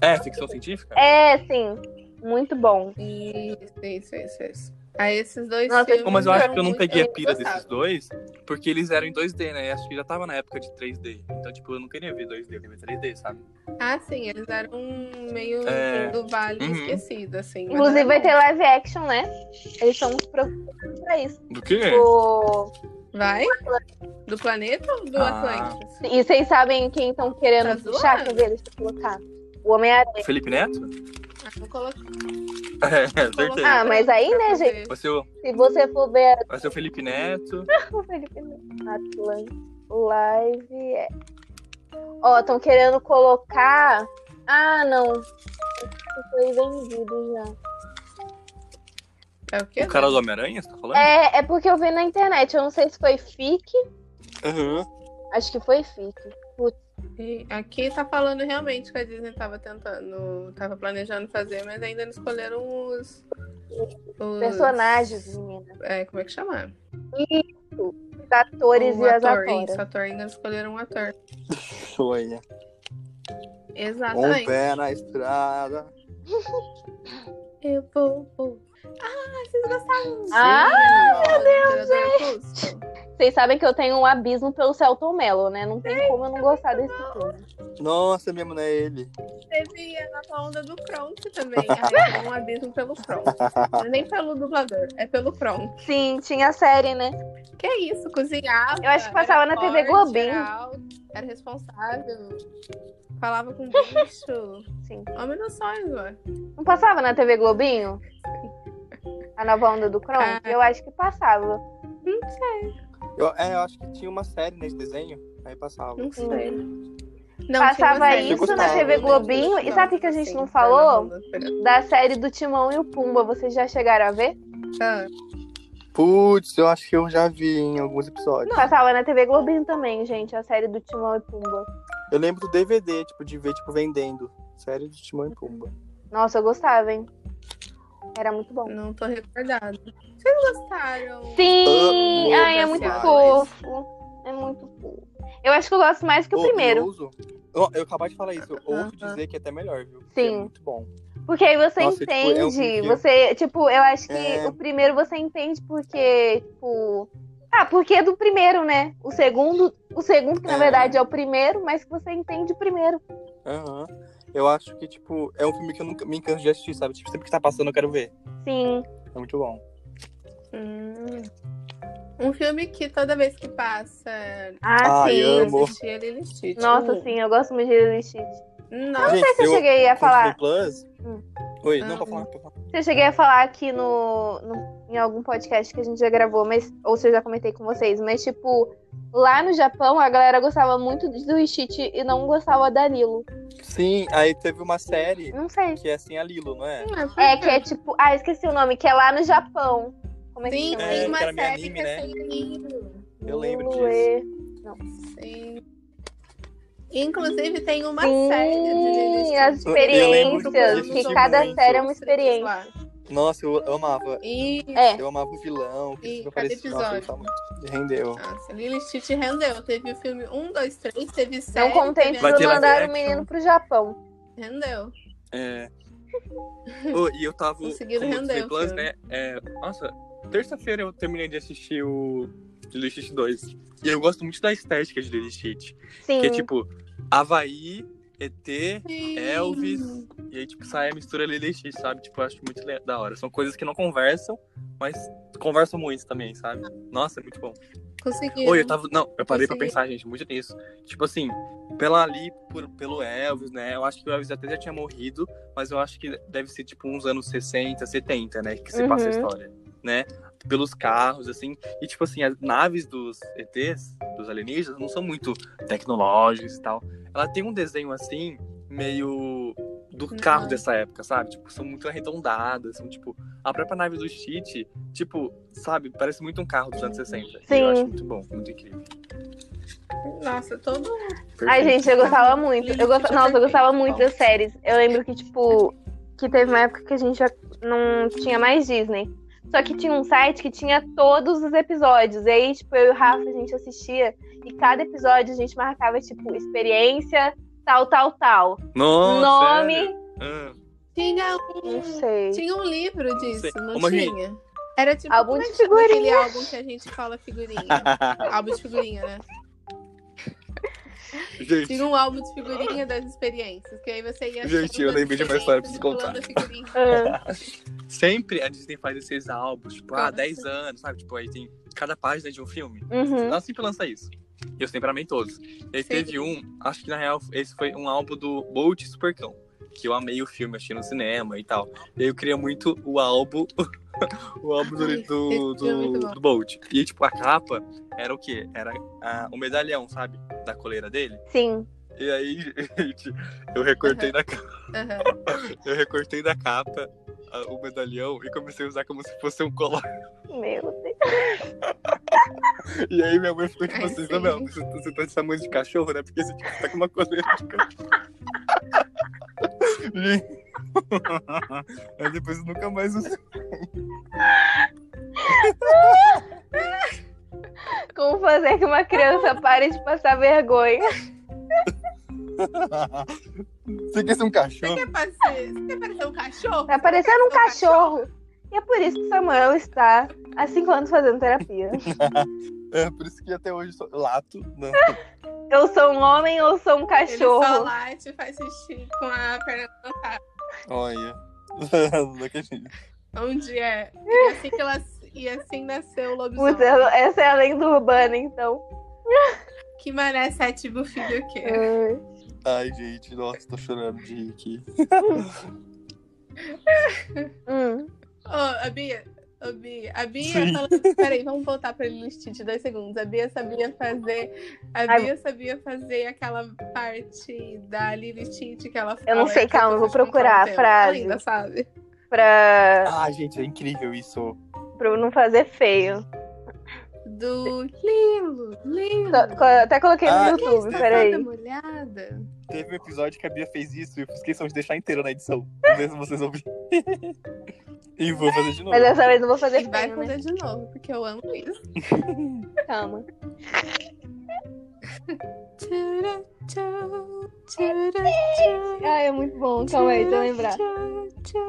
É, ficção científica? É, sim. Muito bom. Isso, isso, isso, isso. Aí esses dois. Nossa, filmes Oh, mas eu acho eram que eu não muito- peguei a eu pira gostava. desses dois, porque eles eram em 2D, né? Acho que já tava na época de 3D. Então, tipo, eu não queria ver 2D, eu queria ver 3D, sabe? Ah, sim, eles eram meio É. do vale Uhum. esquecido, assim. mas Inclusive era vai bom. ter live action, né? Eles são uns profissionais pra isso. Do É. quê? Tipo, Vai? Do planeta ou do Ah. Atlântico? E vocês sabem quem estão querendo Tá puxar? zoando? Quer ver? Deixa eu colocar. O Homem-Aranha. Felipe Neto? Ah, vou colocar. É, vou acertei. colocar Ah, mas aí, pra né, poder- gente? Vai ser, o, Se você for ver vai ser o Felipe Neto. o Felipe Atlantis Live. é. Ó, estão querendo colocar. Ah, não. Isso Foi vendido já. É o quê? O cara do Homem-Aranha, você tá falando? É, é porque eu vi na internet. Eu não sei se foi FIC. Aham. Acho que foi FIC. E Aqui tá falando realmente que a Disney tava tentando, tava planejando fazer, mas ainda não escolheram os. os Hum. Personagens, menina. é, como é que chama? E muito os atores O e as ator, isso, atoras. ator ainda escolheram um ator. Sonha. Um Exatamente. pé na estrada. Eu vou, vou. Ah, vocês gostaram disso? Ah, meu Deus, gente. Vocês sabem que eu tenho um abismo pelo Celton Mello, né? Não tem como eu não gostar desse filme. Nossa, mesmo, né? Ele. Teve a nova onda do Kronk também. Ai, é um abismo pelo Kronk. Não é Nem pelo dublador, é pelo Kronk. Sim, tinha a série, né? Que é isso, cozinhava. Eu acho que passava era na TV forte, Globinho. Era, alto, era responsável. Falava com bicho. Sim. Homem dos sonhos, ué. Não passava na TV Globinho? A nova onda do Kron? Ah. Eu acho que passava. Não sei, Eu, é, eu acho que tinha uma série nesse desenho. Aí passava. Hum. não sei. Não, Passava tinha uma isso série. na TV Globinho, e sabe o que a gente não falou? Da série do Timão e o Pumba, vocês já chegaram a ver? Ah, Putz, eu acho que eu já vi em alguns episódios. Passava na TV Globinho também, gente, a série do Timão e Pumba. Eu lembro do DVD, tipo, de ver, tipo, vendendo. Série de Timão e Pumba. Nossa, eu gostava, hein? Era muito bom. não tô recordada. Vocês gostaram? Sim! Amo Ai, é muito essas fofo. É muito fofo. Eu acho que eu gosto mais que o Ô, Eu, primeiro. ouso- Ó, eu acabei de falar isso. Eu ouso Aham. dizer que é até melhor, viu? Porque Sim. É muito bom. Porque aí você Nossa, tipo, é um entende. filme que- você, tipo, eu acho que É. o primeiro você entende porque, tipo. Ah, porque é do primeiro, né? O segundo, o segundo, que na É. verdade é o primeiro, mas que você entende primeiro. Aham. Eu acho que, tipo, é um filme que eu nunca me canso de assistir, sabe? Tipo, sempre que tá passando eu quero ver. Sim. É muito bom. Hum. Um filme que toda vez que passa, Ah, Ai, sim. eu amo. eu assisti ele ele assiste. Nossa, sim, eu gosto muito de Lilith. Eu Nossa, não sei se eu, Tipo, eu- cheguei a Com Disney falar. Plus. Hum. Oi, Ah, não, pra hum. falar, pra falar. Se eu cheguei a falar aqui no, no- em algum podcast que a gente já gravou, mas, ou se eu já comentei com vocês, mas tipo, lá no Japão a galera gostava muito do Ishite e não gostava da Lilo. Sim, aí teve uma série Não sei. que é assim a Lilo, não é? mas por É, quê? que é tipo. Ah, esqueci o nome, que é lá no Japão. Como é que Sim, chama? É, tem uma que era série meio anime, que é né? sem livro. Eu lembro Lilo disso. e- Sim. Inclusive, tem uma Sim, série de Lilith. as Eu lembro experiências, disso tipo, que também. cada série é uma Outros experiência. lá. Nossa, eu, eu amava. E. É, Eu amava o vilão, que E sempre cada aparecia. Nossa, eu episódio. gostava muito. Rendeu. Nossa, Lilith te rendeu. Teve o filme 1, 2, 3, teve não série. contente Vai por ter live mandar o action. menino pro Japão. teve- Rendeu. É. Ô, e eu tava Conseguiram com o Disney render o Plus, filme. né? É, nossa, terça-feira eu terminei de assistir o Delicious 2. E eu gosto muito da estética de Delicious. Sim. Que é tipo, Havaí, ET, Sim. Elvis, e aí tipo, sai a mistura Lilith, sabe? Tipo, eu acho muito le- da hora. São coisas que não conversam, mas conversam muito também, sabe? Nossa, é muito bom. Conseguiram. Oi, eu tava. Não, eu parei pra Consegui. pensar, gente, muito nisso. Tipo assim, pela ali, por- pelo Elvis, né? Eu acho que o Elvis até já tinha morrido, mas eu acho que deve ser tipo uns anos 60, 70, né? Que se passa a Uhum. história, né? Pelos carros, assim. E tipo assim, as naves dos ETs, dos alienígenas, não são muito tecnológicas e tal. Ela tem um desenho assim, meio do carro Não. dessa época, sabe? Tipo, são muito arredondadas, são tipo. A própria nave do Cheat, tipo, sabe, parece muito um carro dos anos 60. E Sim. eu acho muito bom, muito incrível. Nossa, todo Ai, Perfeito. gente, eu gostava muito. Eu gosta- Nossa, eu gostava muito das séries. Eu lembro que, tipo, que teve uma época que a gente já não tinha mais Disney. Só que tinha um site que tinha todos os episódios. E aí, tipo, eu e o Rafa, a gente assistia. E cada episódio a gente marcava, tipo, experiência, tal, tal, tal. Nossa, é Nome, sério? Ah, Tinha não um, sei. tinha um livro disso, sei. não Uma gente- tinha? Era tipo Álbum como é de que chama aquele figurinha. álbum que a gente fala figurinha. álbum de figurinha, né? gente, Tinha um álbum de figurinha das experiências, que aí você ia Gente, achando eu as lembrei de uma história pra vocês experiências e pulando a figurinha. Ah, sempre a Disney faz esses álbuns, tipo, ah, Nossa. 10 anos, sabe? Tipo, aí tem cada página de um filme. uhum. Ela sempre lança isso. E eu sempre amei todos. E aí Sim. teve um, acho que na real, esse foi um álbum do Bolt e Supercão. Que eu amei o filme, achei no cinema e tal. E aí eu queria muito o álbum. o álbum do, Ai, do, esse filme é muito do, bom. do Bolt. E aí, tipo, a capa era o quê? Era a- o medalhão, sabe? Da coleira dele. Sim. E aí, gente, eu recortei da capa. Aham. Eu recortei da capa a- o medalhão e comecei a usar como se fosse um colar. Meu Deus. E aí minha mãe ficou tipo Ai, assim, sim. Isabel, você, você tá de tamanho de cachorro, né? Porque você tá com uma coleira de cachorro. E- aí depois eu nunca mais usei. fazer que uma criança pare de passar vergonha. Você quer ser um Você cachorro? quer parecer, você quer parecer um cachorro? Tá parecendo um cachorro. E é por isso que Samuel está há cinco anos fazendo terapia. É, por isso que até hoje eu sou lato. né? Não. Eu sou um homem ou sou um Ele só cachorro? late e faz xixi com a perna levantada. Olha. Não acredito. Um dia. E assim, que ela, e assim nasceu o lobisomem. Putz, eu- essa é a lenda urbana, então. Que mané sete bufido o quê? Ai. Ai, gente, nossa, tô chorando de rir aqui. Hum. Ô, a Bia. Ô, Bia. A Bia Sim. falando. Peraí, vamos voltar pra Lilith de dois segundos. A Bia sabia fazer. A Ai, Bia sabia fazer aquela parte da Lilith que ela fala. Eu não sei, que calma, eu vou depois não procurar a conta. frase. Ainda sabe. Pra, Ah, gente, é incrível isso. pra eu não fazer feio. Do Lilo, Lilo. Só- co- até coloquei no Ah, YouTube, isso. Tá peraí. molhada. Teve um episódio que a Bia fez isso e eu esqueçam de deixar inteiro na edição. Mesmo vocês ouvirem. e vou fazer de novo. Mas é dessa vez eu não vou fazer E vai feio, né? fazer de novo, porque eu amo isso. Calma. Tchara, tchau, tchara, tchau, Ai, é muito bom, calma aí, deixa eu lembrar. tchau, tchau.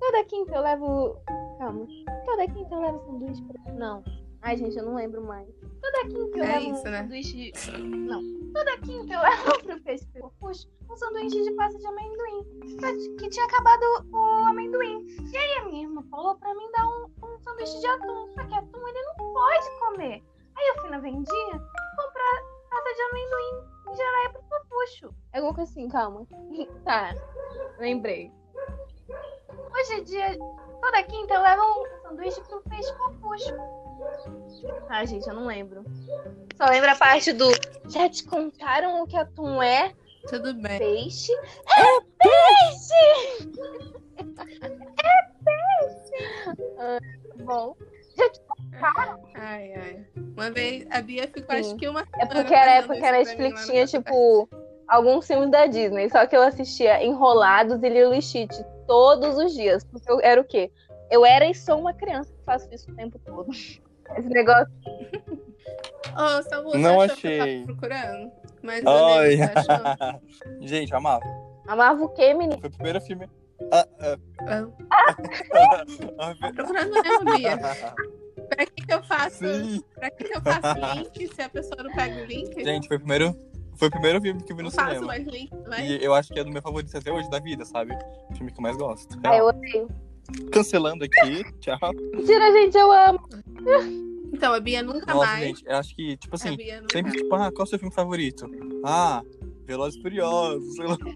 Toda quinta eu levo. Calma. Toda quinta eu levo sanduíche pra. Não. Ai, gente, eu não lembro mais. Toda quinta eu É levo isso, um né? sanduíche de. Não. Toda quinta eu levo pro Facebook Puxa, um sanduíche de pasta de amendoim. que- Que tinha acabado o amendoim. E aí a minha irmã falou pra mim dar um, um sanduíche de atum. Só que atum ele não pode comer. Aí eu fui na vendinha comprar pasta de amendoim e geleia pro papucho. É alguma coisa assim, calma. tá. Lembrei. Hoje é dia Toda quinta eu levo um sanduíche pro peixe papucho. Ah, gente, eu não lembro. Só lembro a parte do. Já te contaram o que atum é? Tudo bem. Peixe? É peixe! É peixe! Ah, bom. Ai, ai. Uma vez a Bia ficou, Sim. acho que uma. É semana porque era a fazendo época isso que pra mim a lá Netflix no tinha, Spotify. tipo, alguns filmes da Disney. Só que eu assistia Enrolados e Lilo e Stitch todos os dias. Porque eu era o quê? Eu era e sou uma criança que faço isso o tempo todo. Esse negócio. Ô, Samu, você Não achou que eu achei. tava procurando? Mas Ai. eu nem achou. gente, amava. Amava o quê, menino? Foi o primeiro filme. Ah, Ah, ah, Procurando mesmo, Bia. ah, Pra que que eu faço? Sim. Pra que que eu faço link se a pessoa não pega o link? Gente, foi o primeiro. Foi o primeiro filme que eu vi no não faço cinema. mais né? link, mas E eu acho que é do meu favorito até hoje da vida, sabe? O filme que eu mais gosto. Ah, eu odeio. Cancelando aqui, tchau. Mentira, gente, eu amo. Então, a Bia nunca Nossa, mais. gente, eu acho que, tipo a assim, Bia nunca sempre tipo, ah, qual é o seu filme favorito? Ah, Velozes e Furiosos, sei lá.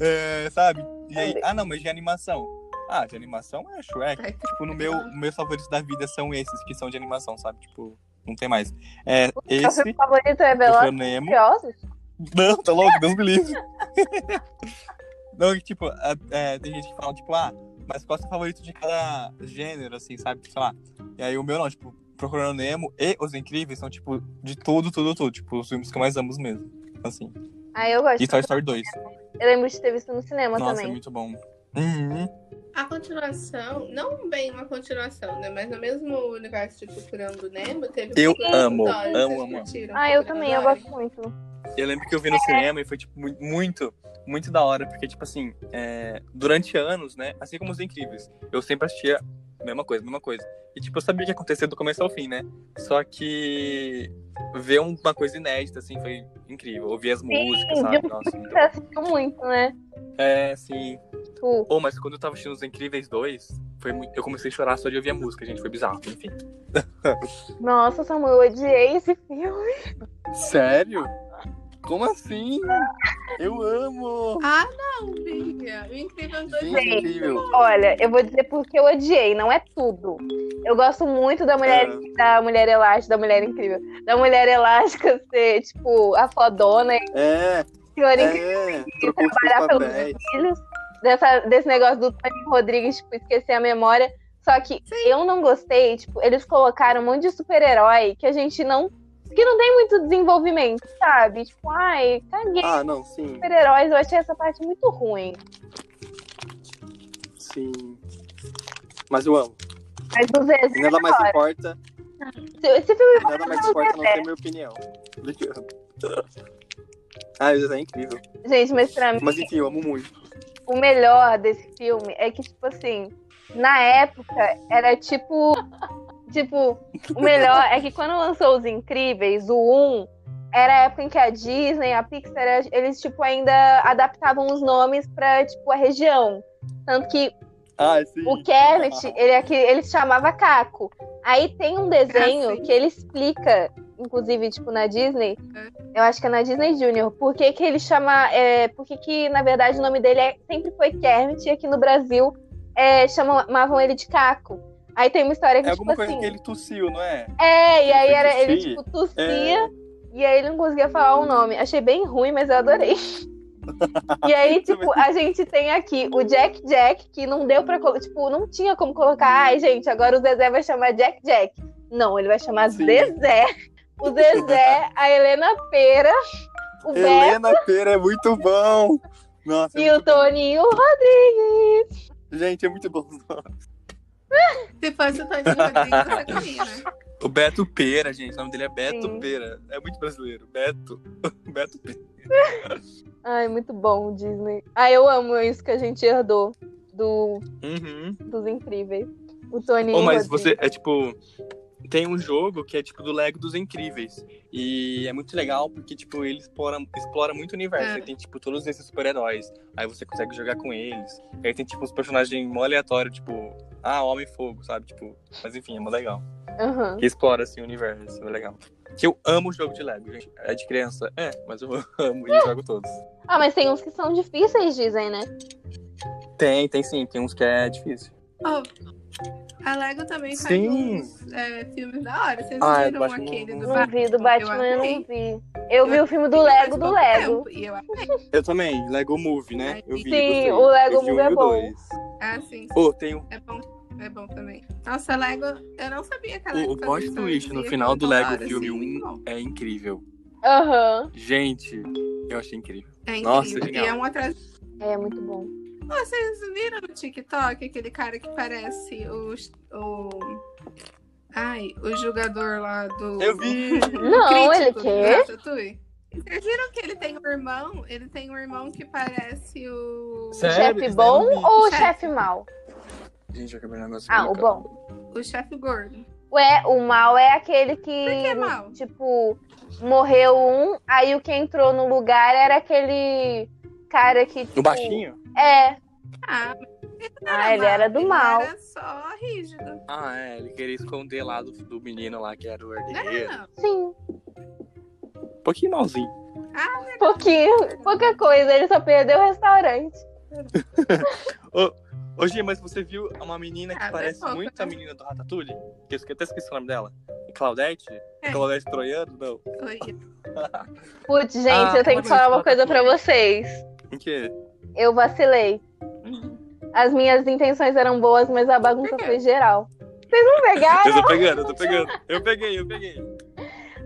É, sabe? E aí, ah, não, mas de animação. Ah, de animação é Shrek. Ai, Tipo, no meu, meus favoritos da vida são esses, que são de animação, sabe? Tipo, não tem mais. É, Meu esse, filme favorito é Procurando Velozes e Nemo. Furiosos. Não, tá louco, Deus me livre. não, e, tipo, a- é, tem gente que fala, tipo, ah, mas qual é o seu favorito de cada gênero, assim, sabe? Sei lá. E aí o meu não, tipo, Procurando Nemo e Os Incríveis são, tipo, de tudo, tudo, tudo. Tipo, os filmes que eu mais amo mesmo. Assim. Ah, eu gosto. E Toy Story 2. Eu lembro de ter visto no cinema Nossa, é também. muito bom. Uhum. A continuação, não bem uma continuação, né? Mas no mesmo universo de Procurando Nemo, teve Eu Procurando amo, Dory, amo, vocês amo. curtiram um Ah, eu Procurando também, eu Dory? gosto muito. Eu lembro que eu vi no cinema e foi, tipo, mu- muito, muito da hora, porque, tipo assim, é, durante anos, né, assim como Os Incríveis, eu sempre assistia a mesma coisa, a mesma coisa. E, tipo, eu sabia o que ia acontecer do começo ao fim, né? Só que ver uma coisa inédita, assim, foi incrível. Ouvir as músicas, de sabe? um- Nossa, muito Você bom. assistiu muito, né? Tipo, É, sim. Tu. Ô, mas quando eu tava assistindo Os Incríveis 2, foi muito... eu comecei a chorar só de ouvir a música, gente, foi bizarro, enfim. Nossa, Samuel, eu odiei esse filme. Sério? Como assim? Eu amo! Ah, não, Bia. O incrível Ah, dois Gente, incrível. Olha, eu vou dizer porque eu odiei, não é tudo. Eu gosto muito da mulher, É. da mulher elástica, da mulher incrível. Da mulher elástica ser, tipo, a fodona e É, a senhora incrível. é, trocou os trabalhar pelos papéis. filhos, dessa, desse negócio do Tony Rodrigues, tipo, esquecer a memória. Só que eu não gostei, tipo, eles colocaram um monte de super-herói que a gente não. que não tem muito desenvolvimento, sabe? Tipo, ai, caguei Ah, não, sim, super-heróis, eu achei essa parte muito ruim. sim. Mas eu amo. Mas os E nada mais super-heróis. importa Esse filme Nada mais importa não ter minha opinião. do que- Ah, isso é incrível. Gente, mas pra mim, Mas enfim, eu amo muito. o melhor desse filme é que, tipo assim, na época era tipo. Tipo, o melhor é que quando lançou Os Incríveis, o 1, era a época em que a Disney, a Pixar, eles, tipo, ainda adaptavam os nomes pra, tipo, a região. Tanto que Ah, sim. o Kermit, ele, é que- ele se chamava Caco. Aí tem um desenho Ah, sim. que ele explica, inclusive, tipo, na Disney, eu acho que é na Disney Junior, por que, que ele chama. É, por que, que, na verdade, o nome dele é- sempre foi Kermit e aqui no Brasil é, chamavam ele de Caco. Aí tem uma história que, É tipo alguma coisa assim. que ele tossiu, não é? É, e aí ele era, ele, tossia. tipo, tossia. É. E aí ele não conseguia falar o nome. Achei bem ruim, mas eu adorei. E aí, tipo, a gente tem aqui o Jack Jack, que não deu pra. colo- Tipo, não tinha como colocar. Ai, gente, agora o Zezé vai chamar Jack Jack. Não, ele vai chamar Sim. Zezé. O Zezé, a Helena Pera, o Beto Helena Pera é muito bom. Nossa, é e o muito bom. Toninho Rodrigues. Gente, é muito bom. Se fosse o Tadinho Rodrigues, eu né? O Beto Pera, gente. O nome dele é Beto Sim. Pera. É muito brasileiro. Beto. Beto Pera. Ai, muito bom, Disney. Ai, eu amo isso que a gente herdou do, Uhum. dos incríveis. O Toninho. Ou mas Rodrigues. você é tipo tem um jogo que é tipo do Lego dos Incríveis e é muito legal porque tipo ele explora, explora muito o universo. É. Ele tem tipo todos esses super heróis. Aí você consegue jogar com eles. Aí tem tipo uns personagens mó aleatórios, tipo ah Homem Fogo, sabe tipo. Mas enfim é mó legal. Aham. Que explora assim o universo, é legal. Que eu amo o jogo de Lego, gente. É de criança, é, mas eu amo e jogo todos. Ah, mas tem uns que são difíceis, dizem, né? Tem, tem sim, tem uns que é difícil. Ó, a Lego também faz Sim. uns é, filmes da hora. Vocês Ah, viram Batman- aquele do Não Não Batman? vi do Batman, eu não amei. vi. Eu vi o filme do Lego do Faz Lego. pouco tempo, E eu, Eu também, Lego Movie, né? Eu vi, Sim, gostei. o Lego Eu vi um Movie é e o bom. dois. ah, sim, Pô, tem um é bom. É bom também. Nossa, a Lego, eu não sabia que a Lego O, o plot fazia twist no filme final do da Lego hora, Filme assim, 1 é muito bom. é incrível. Aham. Gente, eu achei incrível. É incrível. Nossa, e genial. é um atrás. É muito bom. Pô, vocês viram no TikTok aquele cara que parece o. o... Ai, o jogador lá do. Eu vi! Não, ele Crítico quê? do Ratatouille. Vocês viram que ele tem um irmão? Ele tem um irmão que parece o. Sério? chefe eles bom deram um ou bico. chefe mal? Gente, eu acabei um negócio. Ah, aqui, o cara. bom. O chefe gordo. Ué, o mal é aquele que, é mal? tipo, morreu um, aí o que entrou no lugar era aquele cara que. Tipo, O baixinho? É. Ah, mas não Ah, ele era do ele mal. Era só rígido. Ah, é. Ele queria esconder lá do, do menino lá, que era o Não, é, herdeiro. não. Sim. Um pouquinho malzinho. Pouquinho. Pouca coisa. Ele só perdeu o restaurante. Ô, Gi, mas você viu uma menina que Ah, mas parece pouco, muito né? a menina do Ratatouille? Que eu esque- até esqueci o nome dela. Claudete? É. Claudete Troiano? Não. Oi. Putz, gente, Ah, eu tenho pode que falar falar uma coisa pra vocês. O quê? Eu vacilei. As minhas intenções eram boas, mas a bagunça foi geral. Vocês não Eu pegaram? tô pegando, eu tô pegando. Eu peguei, eu peguei.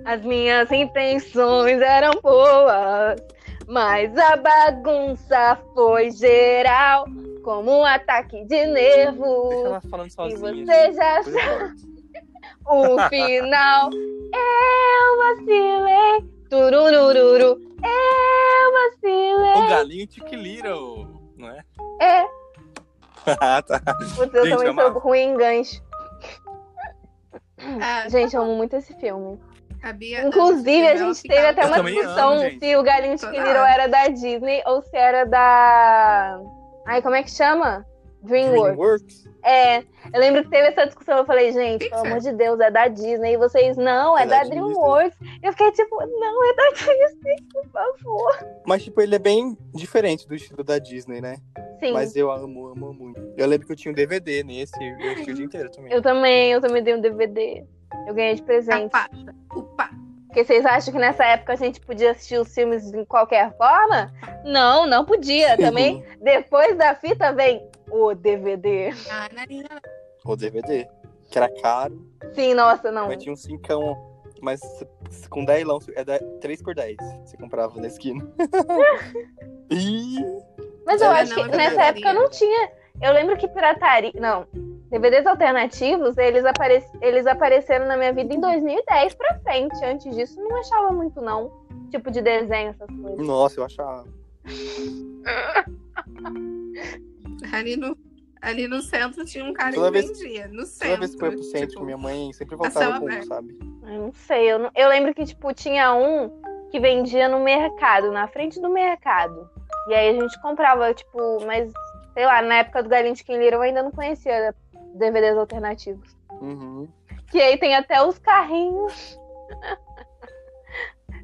As minhas intenções eram boas, mas a bagunça foi geral, como um ataque de Deixa nervos. ela falando E sozinha. você já gente. Coisa o final. Eu vacilei. Tururururu. Eu vacilei. boa. O Um galinho Tic Little, não é? É, Ah, tá. putz, eu Gente, eu também amava. sou ruim em gancho. Ah, Gente, eu amo muito esse filme. a Bia- Inclusive, a Bia, ela gente teve até Eu uma também amo, discussão gente. se o Galinho de Toda Quiliro hora. era da Disney ou se era da. Ai, como é que chama? DreamWorks. DreamWorks? É, eu lembro que teve essa discussão. Eu falei, gente, Pixar. pelo amor de Deus, é da Disney. E vocês, não, é, É da, da DreamWorks. Eu fiquei tipo, não, é da Disney, por favor. Mas, tipo, ele é bem diferente do estilo da Disney, né? Sim, Mas eu amo, amo muito. Eu lembro que eu tinha um DVD nesse, eu assisti o dia inteiro também. eu também, eu também dei um DVD. Eu ganhei de A presente. pata. O pá. Porque vocês acham que nessa época a gente podia assistir os filmes de qualquer forma? Não, não podia. Também, depois da fita vem o DVD. Ah, Narina. O DVD. Que era caro, Sim, nossa, não. mas tinha um cincão. Mas se- com 10 lão, é da 3 por 10. Você comprava na esquina. Ih! Mas eu É, acho não, que é nessa pirataria. época não tinha. Eu lembro que pirataria. Não. DVDs alternativos, eles, apare- eles apareceram na minha vida em 2010 pra frente. Antes disso, não achava muito, não. Tipo de desenho, essas coisas. Nossa, eu achava. Ali no, ali no centro tinha um cara Toda que vez- vendia. No centro. Toda vez que eu ia pro centro tipo, com minha mãe, sempre céu voltava com um, aberto. sabe? Eu não sei. Eu, não- eu lembro que, tipo, tinha um que vendia no mercado, na frente do mercado. E aí a gente comprava, tipo, mas, sei lá, na época do Galinho de Quem Lira eu ainda não conhecia DVDs alternativos. Uhum. Que aí tem até os carrinhos.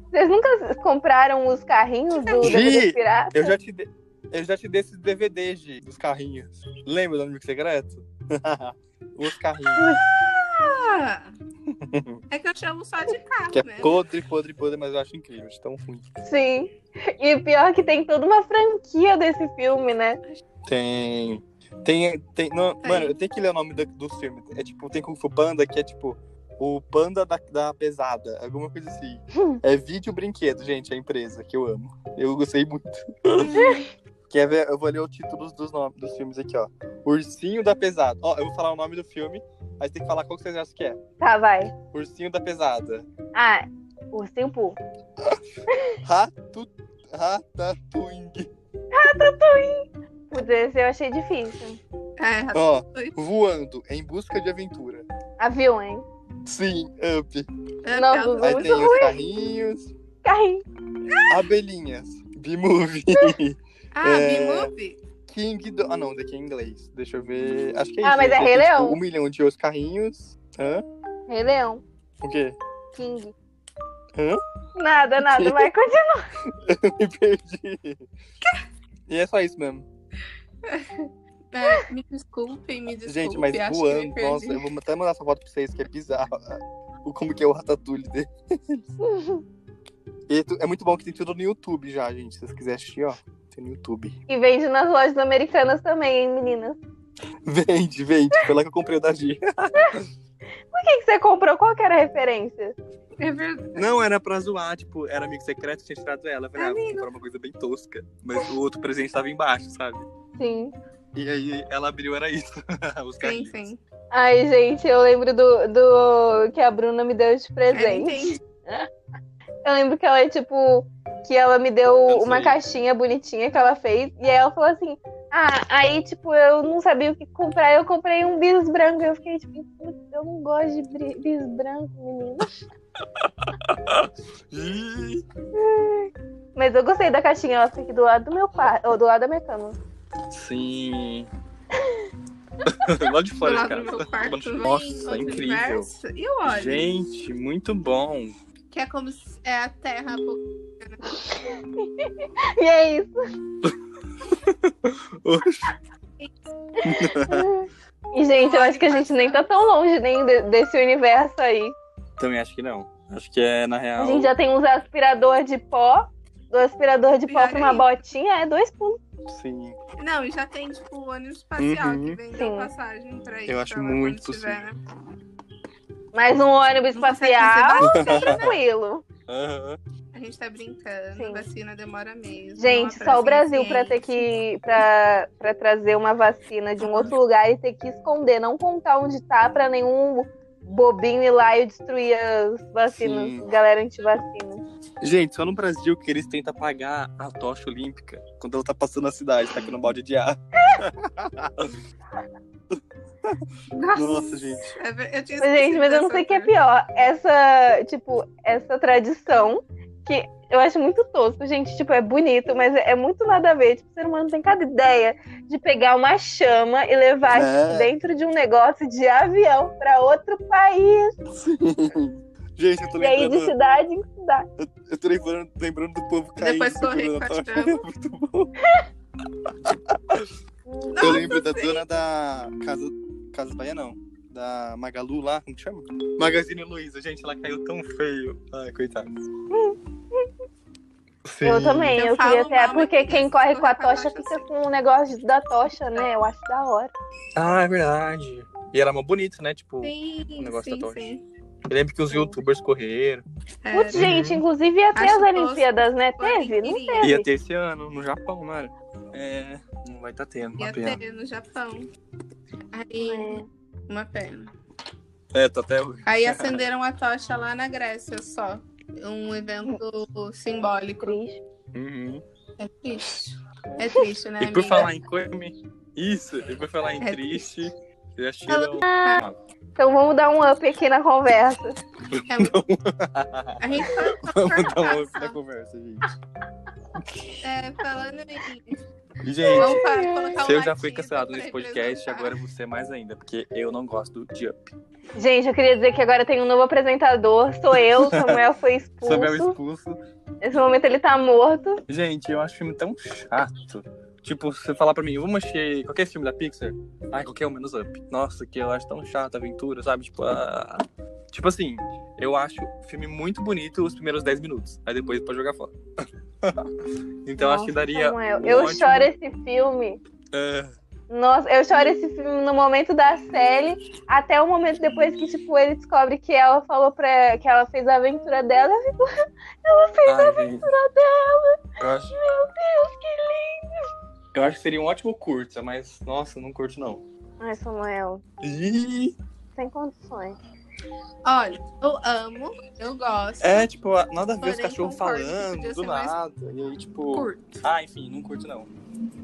Vocês nunca compraram os carrinhos do Vi! DVD Pirata? Eu já te dei. Eu já te dei esses DVDs de, dos carrinhos. Lembra do Amigo Secreto? Os carrinhos. Ah, é que eu chamo só de carro, Que é né? podre, podre, podre, mas eu acho incrível. de Tão ruim. Sim. E pior que tem toda uma franquia desse filme, né? Tem. Tem. tem não, Tem. Mano, eu tenho que ler o nome do, do filme. É tipo, tem Kung Fu Panda, que é tipo. O Panda da, da Pesada, alguma coisa assim. É vídeo brinquedo, gente, a empresa, que eu amo. Eu gostei muito. Quer ver? Eu vou ler o título dos, nomes, dos filmes aqui, ó. Ursinho da Pesada. Ó, eu vou falar o nome do filme, aí você tem que falar qual que vocês acham que é. Tá, vai. Ursinho da Pesada. Ah, Ursinho Poo. Ratu... Ratatouille. Putz, esse eu achei difícil. É, Ó, Ratatouille. voando, em busca de aventura. Avião, hein? Sim, up. é, não, tá- Dudu. Aí Muito tem os carrinhos. Carrinho. Abelhinhas, B-Movie, Ah, É. B-Movie? King do... Ah, não, daqui é em inglês. Deixa eu ver. Acho que é Ah, isso. mas é Tem, Rei tipo, Leão? Um milhão de os carrinhos. Hã? Rei Leão. O quê? King. Hã? Nada, nada. King. Vai continuar. Me perdi. E é só isso mesmo. É, me desculpem, me desculpem. Gente, mas acho que me voando, perdi. nossa, eu vou até mandar essa foto pra vocês, que é bizarro. O como que é o ratatouille dele. E tu- é muito bom que tem tudo no YouTube já, gente. Se vocês quiserem assistir, ó, tem no YouTube. E vende nas lojas americanas também, hein, meninas? Vende, vende. Foi lá que eu comprei o da G. Por que, que você comprou? Qual que era a referência? É verdade. Não, era pra zoar, tipo, era amigo secreto, tinha tirado ela. Eu Falei, ah, vou Amigo. comprar uma coisa bem tosca. Mas o outro presente tava embaixo, sabe? Sim. E aí ela abriu, era isso. Os Sim, carrinhos. sim. Ai, gente, eu lembro do, do que a Bruna me deu de É, presente. entendi. Eu lembro que ela é tipo. Que ela me deu Eu uma sei. caixinha bonitinha que ela fez. E aí ela falou assim: Ah, aí, tipo, eu não sabia o que comprar. Eu comprei um bis branco. Eu fiquei tipo: "Putz, Eu não gosto de bri- bis branco, menino. Ih, Mas eu gostei da caixinha. Ela fica aqui do lado do meu quarto. Ou do lado da minha cama. Sim. Lá de Do fora de lado do meu casa. quarto. Nossa, vem incrível. outro universo. E o óleo? Gente, muito bom. Que é como se é a terra apo- E é isso. E, gente, eu acho que a gente nem tá tão longe nem de- desse universo aí. Também acho que não. Acho que é, na A real. gente já tem uns aspirador de pó. Do aspirador de pó Pior pra uma ainda. botinha é dois pontos. Sim. Não, e já tem, tipo, o ônibus espacial Uhum. que vendeu Sim. passagem pra ir Eu pra acho lá muito quando tiver, né? Mais um ônibus Não consegue espacial. Tranquilo. Aham. A gente tá brincando, Sim. vacina demora mesmo. Gente, Não é só o abraça Brasil ninguém. pra ter que pra, pra trazer uma vacina de um outro lugar e ter que esconder, não contar onde tá pra nenhum bobinho ir lá e destruir as vacinas, Sim. galera antivacina. Gente, só no Brasil que eles tentam apagar a tocha olímpica quando ela tá passando na cidade, tá aqui no balde de ar. Nossa, gente. É ver- Eu tinha Mas, gente, mas eu não sei o que é pior. Essa, tipo, essa tradição que eu acho muito tosco, gente, tipo, é bonito, mas é é muito nada a ver. Tipo, o ser humano tem cada ideia de pegar uma chama e levar Né? dentro de um negócio de avião pra outro país. Gente, eu tô E aí de lembrando, cidade em cidade. eu tô lembrando, lembrando do povo caindo. Depois correr segurando com a a tocha. chama. Muito bom. Eu lembro da dona da Casa, casa Bahia, não. Da Magalu lá, como que chama? Magazine Luiza, gente, ela caiu tão feio. Ai, coitada. Sim. Eu também, Eu eu, queria falo até. mal, mas Porque tem quem que assim. corre com a correr com a tocha tocha, fica sim. com o negócio da tocha, né? Eu acho da hora. Ah, é verdade. E era mó bonito, né? Tipo, Sim, O negócio sim, da tocha. sim. eu lembro que os youtubers correram. É, Putz, né? gente, inclusive ia ter Acho as Olimpíadas, né? porém, Teve? Não queria. Ia teve. ter esse ano, no Japão, não era? É, não vai estar tá tendo, uma Ia pena. ter no Japão. Aí, Uma pena. É, tá até hoje. Aí acenderam a tocha lá na Grécia só. Um evento simbólico. Triste. Uhum. É triste. É triste, né? E por amiga? falar em Kami. Isso, e por falar em É triste, vocês já tiram. Então vamos dar um up aqui na conversa. É muito- A gente tá Então, Vamos dar um up na conversa, gente. é, falando em. E, gente, Vamos falar- colocar um se eu já latido fui cancelado nesse pra podcast, representar. agora você mais ainda, porque eu não gosto de up. Gente, eu queria dizer que agora tem um novo apresentador. Sou eu, Samuel foi expulso. Samuel é expulso. Nesse momento ele tá morto. Gente, eu acho filme tão chato. Tipo, se você falar pra mim, vamos assistir qualquer filme da Pixar, ai, qualquer um menos Up. Nossa, que eu acho tão chato, a aventura, sabe? Tipo, ah, tipo assim, eu acho o filme muito bonito os primeiros 10 minutos, aí depois pode jogar fora. então acho que Nossa, daria. Samuel, um eu ótimo- choro esse filme. É, Nossa, eu choro esse filme no momento da Sally, até o momento depois que, tipo, ele descobre que ela falou pra. que ela fez a aventura dela. Eu fico, ela fez ai, a gente, aventura dela! eu acho, Meu Deus, que lindo! eu acho que seria um ótimo curta, mas nossa, não curto não. Ai, Samuel, Ih, sem condições. Olha, eu amo, eu gosto. é, tipo, nada a ver os Porém, cachorros concordo que falando, podia do ser mais nada. E aí, tipo. Curto. Ah, enfim, não curto não.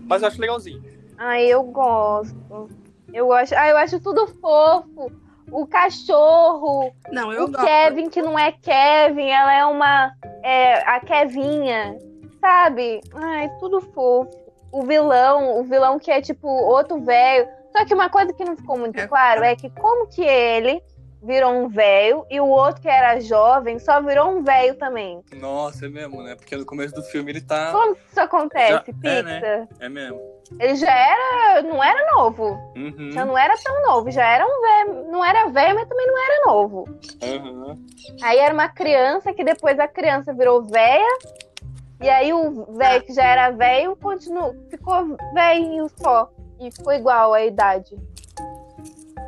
Mas eu acho legalzinho. Ai, eu gosto. Eu gosto. Ai, eu acho tudo fofo. O cachorro, Não, eu o gosto. Kevin, que não é Kevin, ela é uma. É, a Kevinha, sabe? Ai, tudo fofo. O vilão, o vilão que é tipo outro velho. Só que uma coisa que não ficou muito É. claro é que como que ele virou um velho e o outro que era jovem só virou um velho também. Nossa, é mesmo, né? Porque no começo do filme ele tá. Como que isso acontece, Já- é, Pixar? né? É mesmo. Ele já era. não era novo. Uhum. Já não era tão novo, já era um velho. Não era velho, mas também não era novo. Aham. Aí era uma criança que depois a criança virou véia. E aí o velho que já era velho continuou, ficou velhinho só. E ficou igual a idade.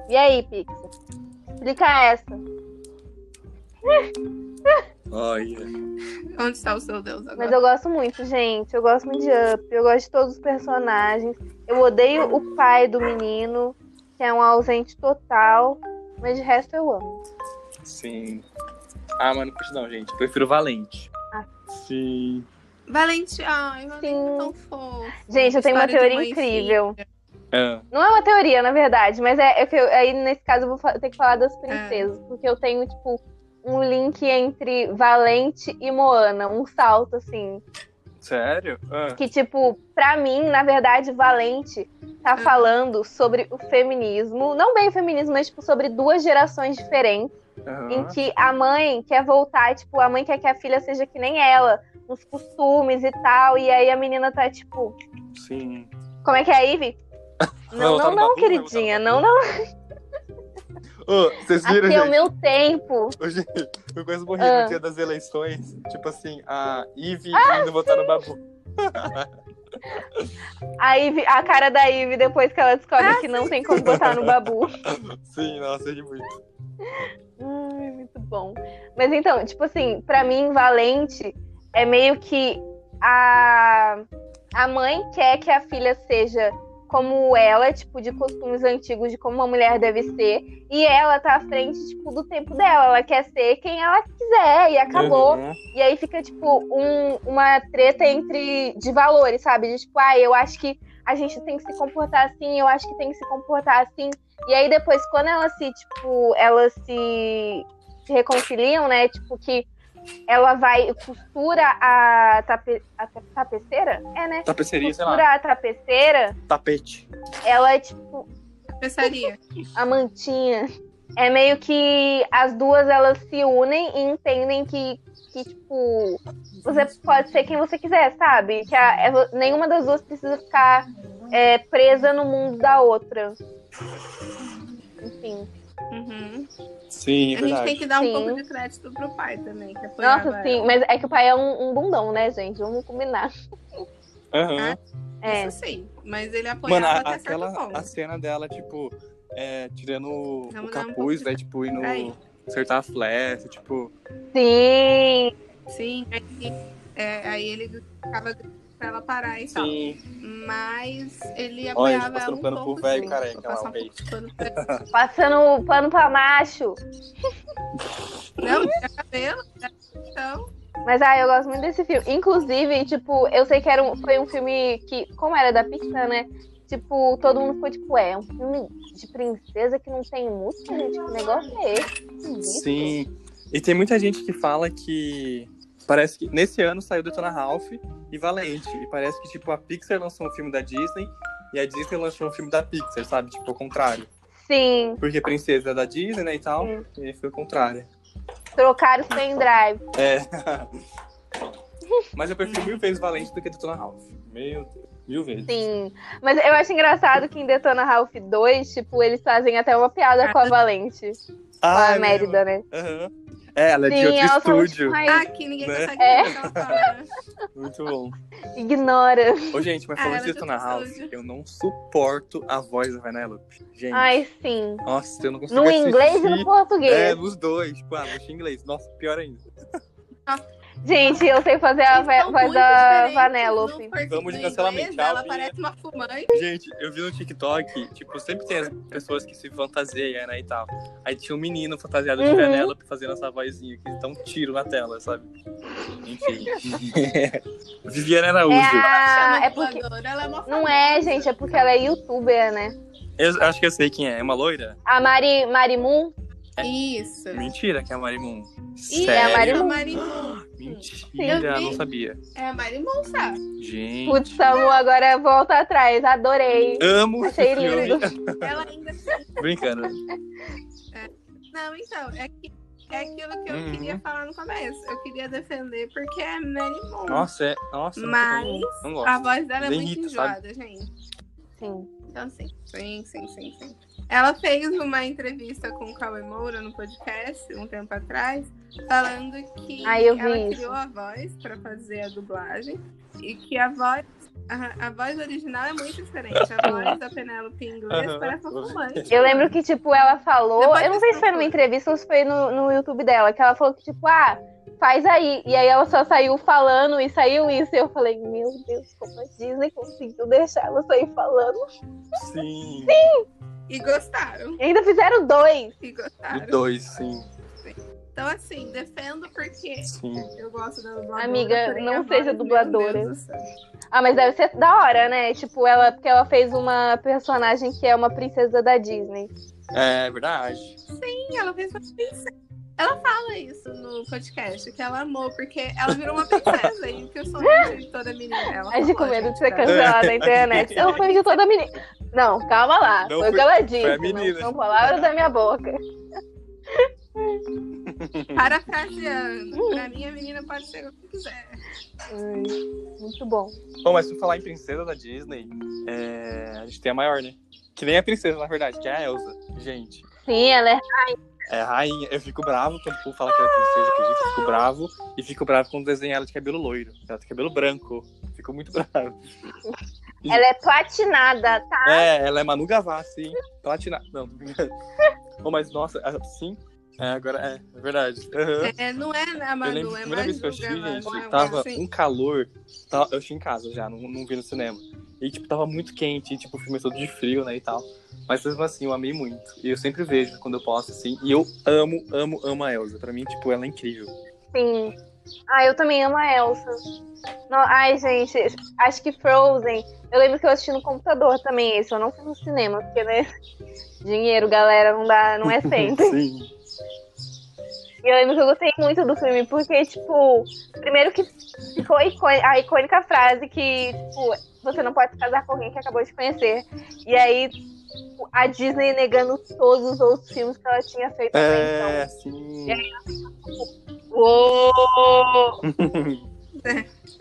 E aí, Pix? Explica essa. Olha. Onde está o seu Deus Mas agora? eu gosto muito, gente. Eu gosto muito de Up. Eu gosto de todos os personagens. Eu odeio o pai do menino, que é um ausente total. Mas de resto eu amo. Sim. Ah, mas não curto não, gente. Eu prefiro Valente. Ah. Sim. Valente, ai, Valente Sim. é tão fofo. Gente, eu tenho uma História de teoria mãe e incrível. Ah, Não é uma teoria, na verdade, mas é, é que eu- aí nesse caso eu vou fa- ter que falar das princesas, porque eu tenho, tipo, um link entre Valente e Moana, um salto, assim. sério? Ah. Que, tipo, pra mim, na verdade, Valente tá Uhum. falando sobre o feminismo, não bem o feminismo, mas, tipo, sobre duas gerações diferentes, em Aham. que a mãe quer voltar, tipo, a mãe quer que a filha seja que nem ela, nos costumes e tal, e aí a menina tá, tipo, Sim. como é que é, Ivy? Não, voltar não, tá no né, Batu, vai não, voltar no queridinha, Batu. não, não. Ô, vocês viram, Aqui é o gente? meu tempo. Hoje, eu quase morri no Ah. dia das eleições. Tipo assim, a Ivy indo votar no Babu. A, Ivy- a cara da Ivy depois que ela descobre que não tem como botar no babu. Sim, nossa, é de muito. Ai, muito bom. Mas então, tipo assim, pra mim, Valente é meio que a, a mãe quer que a filha seja como ela, tipo, de costumes antigos, de como uma mulher deve ser. E ela tá à frente, tipo, do tempo dela. Ela quer ser quem ela quiser e acabou. Uhum. E aí fica, tipo, um- uma treta entre de valores, sabe? De tipo, ah, eu acho que a gente tem que se comportar assim, eu acho que tem que se comportar assim. E aí depois, quando elas se, tipo, elas se, se reconciliam, né? Tipo, que ela vai, costura a, tape, a ta- tapeceira? É, né? Tapeceria, sei lá. Costura a tapeceira, Tapete. ela é, tipo, Pensaria. a mantinha. É meio que as duas elas se unem e entendem que, que tipo, você pode ser quem você quiser, sabe? Que a- ela- nenhuma das duas precisa ficar é, presa no mundo da outra. Enfim. Uhum. Sim, é a gente verdade. tem que dar um Sim. pouco de crédito pro pai também, que apoiava Nossa, sim, mas é que o pai é um, um bundão, né, gente? Vamos combinar. Aham. É. Isso sim, mas ele apoiava Mano, a- até certo aquela ponto. a cena dela, tipo, é, tirando o- o Vamos dar um capuz, pouco de- né? Tipo, indo Aí. acertar a flecha, tipo. Sim. Sim, aí, é, aí ele ficava gritando pra ela parar e tal. Sim. Mas ele Olha, apoiava passando ela um pano pro pouco, velho sim. careca lá, Passar o um pouco de pano pra- Passando pano pra macho. Não, tinha cabelo, né? então... Mas ah, eu gosto muito desse filme. Inclusive, tipo, eu sei que era um, foi um filme que, como era da Pixar, né? Tipo, todo mundo ficou tipo, é, um filme de princesa que não tem música, gente. Que negócio é esse? Que isso? Sim. E tem muita gente que fala que. Parece que nesse ano saiu Detona Ralph e Valente. E parece que, tipo, a Pixar lançou um filme da Disney e a Disney lançou um filme da Pixar, sabe? Tipo, o contrário. Sim, Porque Princesa é da Disney, né, e tal. Sim. E foi o contrário. trocaram os pendrive. É. Mas eu prefiro mil vezes Valente do que Detona Ralph. Meu Deus. Mil vezes. Sim. Mas eu acho engraçado que em Detona Ralph 2, tipo, eles fazem até uma piada com Ah. a Valente. Com a é mesmo. Mérida, né? Aham. É, ela é de Sim, outro ela falou, estúdio. tipo, ai, Ah, que ninguém Né? consegue É. ver o que ela fala. Muito bom. ignora. Ô, gente, mas Ah, falando ela de é de Detona tá outro Ralph, estúdio. eu não suporto a voz da Vanellope. Gente. Ai, sim. Nossa, eu não consigo No assistir. inglês e no português. É, nos dois. Tipo, ah, no inglês. Nossa, pior ainda. Gente, eu sei fazer a Eles ve- são voz muito da diferentes Vanellope. no português Vamos de do cancelamento. inglês, Tchau, Ela Bia. parece uma fumante. Gente, eu vi no TikTok, tipo, sempre tem as pessoas que se fantasiam, né, e tal. Aí tinha um menino fantasiado de Uhum. Vanellope fazendo essa vozinha que dá um tiro na tela, sabe? Enfim. Viviane Araújo. É a... Chama É porque... voadora, ela é uma Não é, gente, é porque ela é youtuber, né? Eu acho que eu sei quem é. É uma loira? A Mari, Mari Moon? É Isso. Mentira que é a Marimun. E Sério? é a É Marimun. a Marimun. Mentira, Eu eu vi. não sabia. É a Marimun, sabe? Gente. Putz, Samu, agora volta atrás. Adorei. Amo esse Achei filme. lindo. Ela ainda. Brincando. Não, então, é, que, é aquilo que eu Uhum. queria falar no começo. Eu queria defender porque é Marimun. Nossa, é. Nossa, não Mas sei como- não A gosto. voz dela é Nem muito irrita, sabe? enjoada, gente. Sim. Então, sim. Sim, sim, sim, sim. Ela fez uma entrevista com o Cauê Moura no podcast um tempo atrás, falando que Ah, eu vi ela isso. criou a voz para fazer a dublagem e que a voz. A, a voz original é muito diferente. A voz da Penélope em inglês Aham. parece uma fumante. Eu lembro que, tipo, ela falou. Depois Eu não sei se foi numa entrevista ou se foi no, no YouTube dela, que ela falou que, tipo, ah, faz aí. E aí ela só saiu falando e saiu isso. E eu falei, meu Deus, como a Disney conseguiu deixar ela sair falando. Sim. E gostaram. E ainda fizeram dois. E E gostaram. dois, sim. Então, assim, defendo porque Sim. eu gosto da dubladora. Amiga, porém não a seja meu dubladora. Deus do céu. Ah, mas deve ser da hora, né? Tipo, ela, porque ela fez uma personagem que é uma princesa da Disney. É verdade. Sim, ela fez uma princesa. Ela fala isso no podcast, que ela amou, porque ela virou uma princesa e que eu sou de toda menina. Ela Ai, de com falou, medo de gente, ser tá? cancelada na internet. Eu fui de toda menina. Não, calma lá. Não foi o foi- que ela disse. foi a menina. não são palavras da minha boca. Parafraseando, pra mim a menina pode ser o que quiser. Ai, muito bom. Bom, mas se eu falar em princesa da Disney, é, a gente tem a maior, né? Que nem a princesa, na verdade, que é a Elsa. Gente, Sim, ela é. é a rainha. Eu fico bravo quando o povo fala que ela é princesa, que eu fico bravo. E fico bravo quando desenho ela de cabelo loiro. Ela tem cabelo branco. Fico muito bravo. Ela é platinada, tá? Ah, É, ela é Manu Gavassi, hein? Platina. Não, tô brincando. Bom, mas nossa, é, sim. É, agora é, é verdade. Aham. É, não é a Eu lembro Manu, que a é primeira vez mais que eu do assisti, gente, Gavassi. tava Assim, um calor. tá- eu assisti em casa já, não, não vi no cinema. E, tipo, tava muito quente, e, tipo, o filme é todo de frio, né, e tal. Mas mesmo assim, eu amei muito. E eu sempre vejo quando eu posso, assim. E eu amo, amo, amo a Elsa. Pra mim, tipo, ela é incrível. Sim. Ah, eu também amo a Elsa. Não, ai, gente, acho que Frozen. Eu lembro que eu assisti no computador também esse. Eu não fui no cinema, porque, né? Dinheiro, galera, não dá, não é sempre. Sim. E eu lembro que eu gostei muito do filme, porque, tipo, primeiro que ficou icô- a icônica frase que, tipo, você não pode se casar com alguém que acabou de conhecer. E aí, tipo, a Disney negando todos os outros filmes que ela tinha feito. né? É, sim. Então, uou!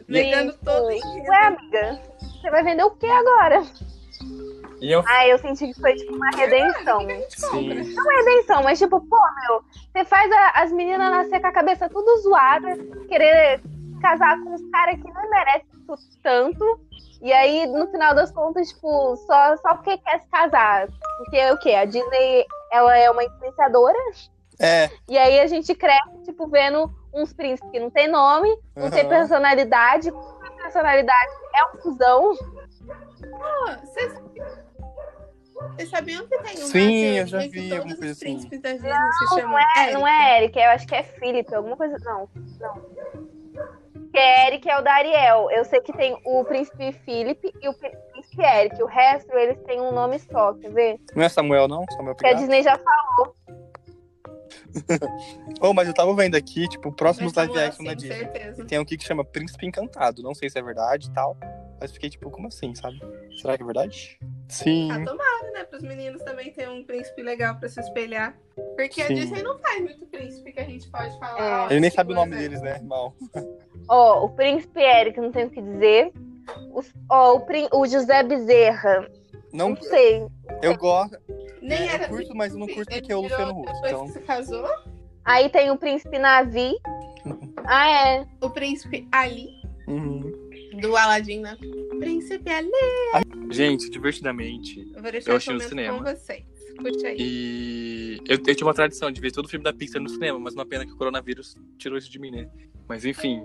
negando um Tipo, todo Ué, amiga, você vai vender o que agora? E eu. Ah, eu senti que foi, tipo, uma redenção. Sim. Redenção, mas, tipo, pô, meu, você faz a- as meninas nascer com a cabeça tudo zoada, querer casar com uns caras que não merecem isso tanto. E aí, no final das contas, tipo, só, só porque quer se casar. Porque é o quê? A Disney, ela é uma influenciadora. É. E aí a gente cresce, tipo, vendo uns príncipes que não tem nome, não tem Aham. personalidade, com personalidade é um cuzão. Vocês vocês sabiam que tem uma Sim, teoria eu já que vi alguma todos coisa os assim. príncipes da Disney se chamam não é, Eric? não é Eric, eu acho que é Felipe, alguma coisa. Não, não. Que é Eric é o da Ariel. Eu sei que tem o príncipe Felipe e o príncipe Eric. O resto, eles têm um nome só, quer ver? Não é Samuel, não? Samuel Que a Tá. Pegado. Disney já fala. Oh, mas eu tava vendo aqui, tipo, próximos Mas live é Samuel, action da sim, Disney. certeza. E tem um aqui que chama Príncipe Encantado. Não sei se é verdade e tal. Mas fiquei tipo, como assim, sabe? Será que é verdade? Sim. Ah, tomara, né? Para os meninos também ter um príncipe legal pra se espelhar. Porque a Sim. Disney não faz muito príncipe que a gente pode É. falar. ó, Ele nem que sabe o nome tipo coisa. deles, né? Mal. Ó, o príncipe Eric, não tenho o que dizer. Os- ó, o, prin- o José Bezerra. Não Não, sei. eu gosto. Nem era eu curto, mas eu não curto Ele porque é o virou Luciano Huck. Depois Então, que se casou, Aí tem o príncipe Navi. Ah, é. o príncipe Ali, uhum. do Aladdin, né? Príncipe Ali. Gente, divertidamente. Eu vou deixar Eu eu achei no cinema. com vocês. Escute aí. E eu, eu tinha uma tradição de ver todo filme da Pixar no cinema, mas uma pena que o coronavírus tirou isso de mim, né? Mas enfim.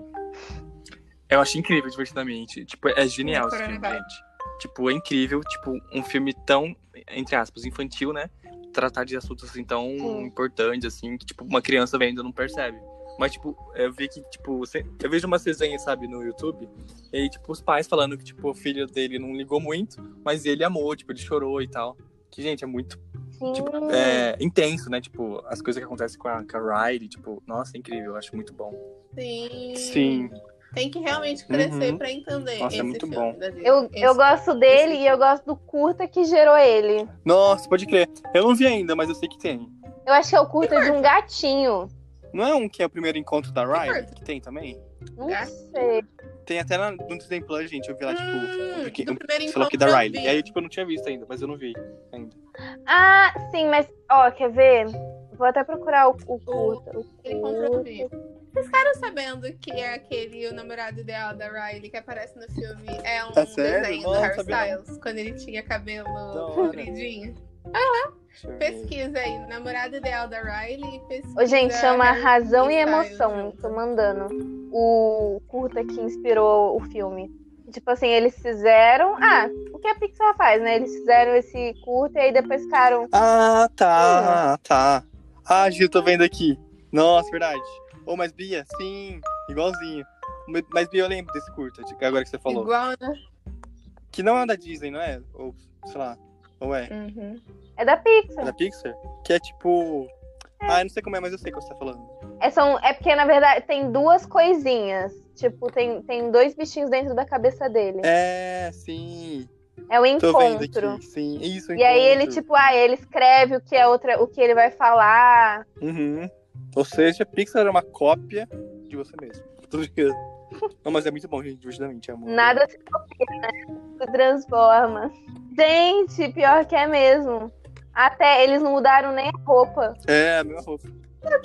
Eu achei incrível, divertidamente. Tipo, é genial esse filme, Coronavírus. gente. Tipo, é incrível, tipo, um filme tão, entre aspas, infantil, né? Tratar de assuntos assim tão Sim. importantes, assim, que, tipo, uma criança ainda não percebe. Mas, tipo, eu vi que, tipo, você- eu vejo umas resenhas, sabe, no YouTube, e aí, tipo, os pais falando que, tipo, o filho dele não ligou muito, mas ele amou, tipo, ele chorou e tal. Que, gente, é muito Sim. tipo, é, intenso, né? Tipo, as coisas que acontecem com a, com a Riley, tipo, nossa, é incrível, eu acho muito bom. Sim. Sim. Tem que realmente crescer Uhum. pra entender Nossa, é esse muito filme bom. da Disney. Eu, eu Esse- é gosto dele e eu gosto do curta que gerou ele. Nossa, pode crer. Eu não vi ainda, mas eu sei que tem. Eu acho que é o curta de um gatinho. Não é um que é o primeiro encontro da Riley? curto. Que tem também? Não Gato? sei. Tem até na- no Disney Plus, gente, eu vi lá, tipo, Hum, um pouquinho- do primeiro sei lá o que, encontro da eu Riley. vi. E aí, tipo, eu não tinha visto ainda, mas eu não vi ainda. Ah, sim, mas, ó, quer ver? Vou até procurar o, o curta. O Ele comprou o curta. Vocês ficaram sabendo que é aquele o namorado ideal da Riley que aparece no filme é um É sério? desenho Não, do não Harry sabia não. Styles, quando ele tinha cabelo hora. compridinho. Deixa eu ver. Pesquisa aí, namorado ideal da Riley e pesquisa. Ô, gente, chama Harry Razão e Styles Emoção. junto. Tô mandando. O curta que inspirou o filme. Tipo assim, eles fizeram. Ah, o que a Pixar faz, né? Eles fizeram esse curta e aí depois ficaram. Ah, tá, tá. Ah, Gil, tô vendo aqui. Nossa, verdade. Ô, mas Bia, sim, igualzinho. Mas Bia, eu lembro desse curta, de- agora que você falou. Igual, né? Que não é da Disney, não é? Ou, sei lá, ou é? Uhum. É da É Pixar. da Pixar? Que é tipo. Ah, eu não sei como é, mas eu sei o que você tá falando. É, são, é porque, na verdade, tem duas coisinhas. Tipo, tem, tem dois bichinhos dentro da cabeça dele. É, sim. É o Tô vendo encontro. aqui. Sim, isso. E aí ele, encontro. tipo, ah, ele escreve o que é outra, o que ele vai falar. Uhum. Ou seja, Pixar é uma cópia de você mesmo. Tô brincando. Não, mas é muito bom, gente, divertidamente. Amor. Nada se copia, né? Tudo transforma. Gente, pior que é mesmo. Até eles não mudaram nem a roupa. É, a mesma roupa. É.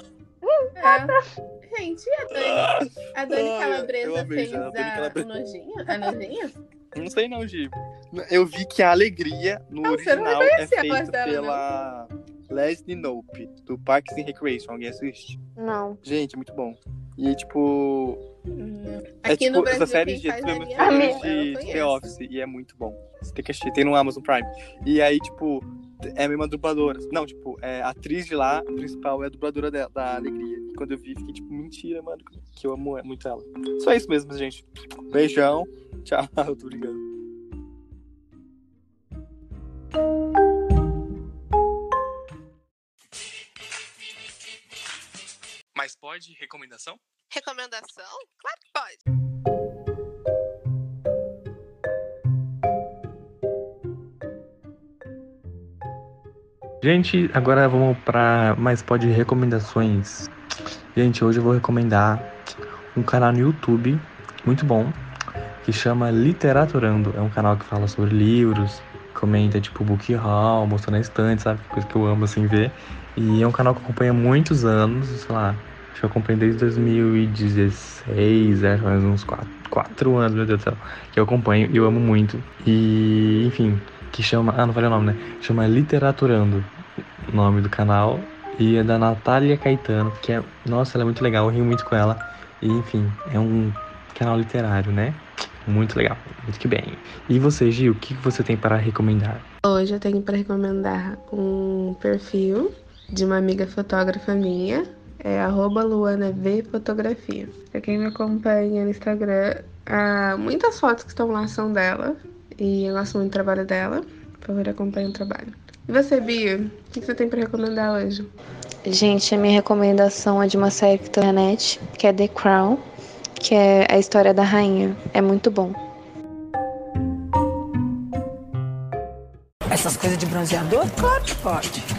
Gente, a Dani, a Dani Ah, eu Calabresa amei, fez já, a Dani a, Calabresa. nojinha? A nojinha? Não sei, não, Gi. Eu vi que a alegria no você não original é reconhecia a voz feita dela, pela Leslie Nope, do Parks and Recreation. Alguém assiste? Não. Gente, é muito bom. E, tipo, Aqui é tipo, no Brasil, essa série quem de faz filmes Ariel, Ariel, eu de, de conheço. The Office e é muito bom. Você tem que assistir, tem no Amazon Prime. E aí, tipo, é a mesma dubladora. Não, tipo, é, a atriz de lá, a principal, é a dubladora dela, da Alegria. E quando eu vi, fiquei tipo, mentira, mano, que eu amo é muito ela. Só isso mesmo, gente. Beijão. Tchau, tô brincando. Mas pode recomendação? Recomendação? Claro que pode. Gente, agora vamos pra mais pode recomendações. Gente, hoje eu vou recomendar um canal no YouTube muito bom que chama Literaturando. É um canal que fala sobre livros, comenta tipo book haul, mostrando a estante, sabe? Coisa que eu amo assim ver. E é um canal que eu acompanho há muitos anos, sei lá. Acho que eu acompanho desde 2016, acho mais uns 4, quatro anos, meu Deus do céu, que eu acompanho e eu amo muito. E, enfim, que chama. Ah, não falei o nome, né? chama Literaturando, o nome do canal, e é da Natália Caetano, que é, nossa, ela é muito legal, eu rio muito com ela, e enfim, é um canal literário, né? Muito legal. Muito que bem. E você, Gil, o que você tem para recomendar? Hoje eu tenho para recomendar um perfil de uma amiga fotógrafa minha, é arroba luanavfotografia. Pra quem me acompanha no Instagram, ah, muitas fotos que estão lá são dela, e eu gosto muito do trabalho dela. Por favor, acompanhe o trabalho. E você, Bia, o que que você tem para recomendar hoje? Gente, a minha recomendação é de uma série que tá na net, que é The Crown, que é a história da rainha. É muito bom. Essas coisas de bronzeador? Claro que pode.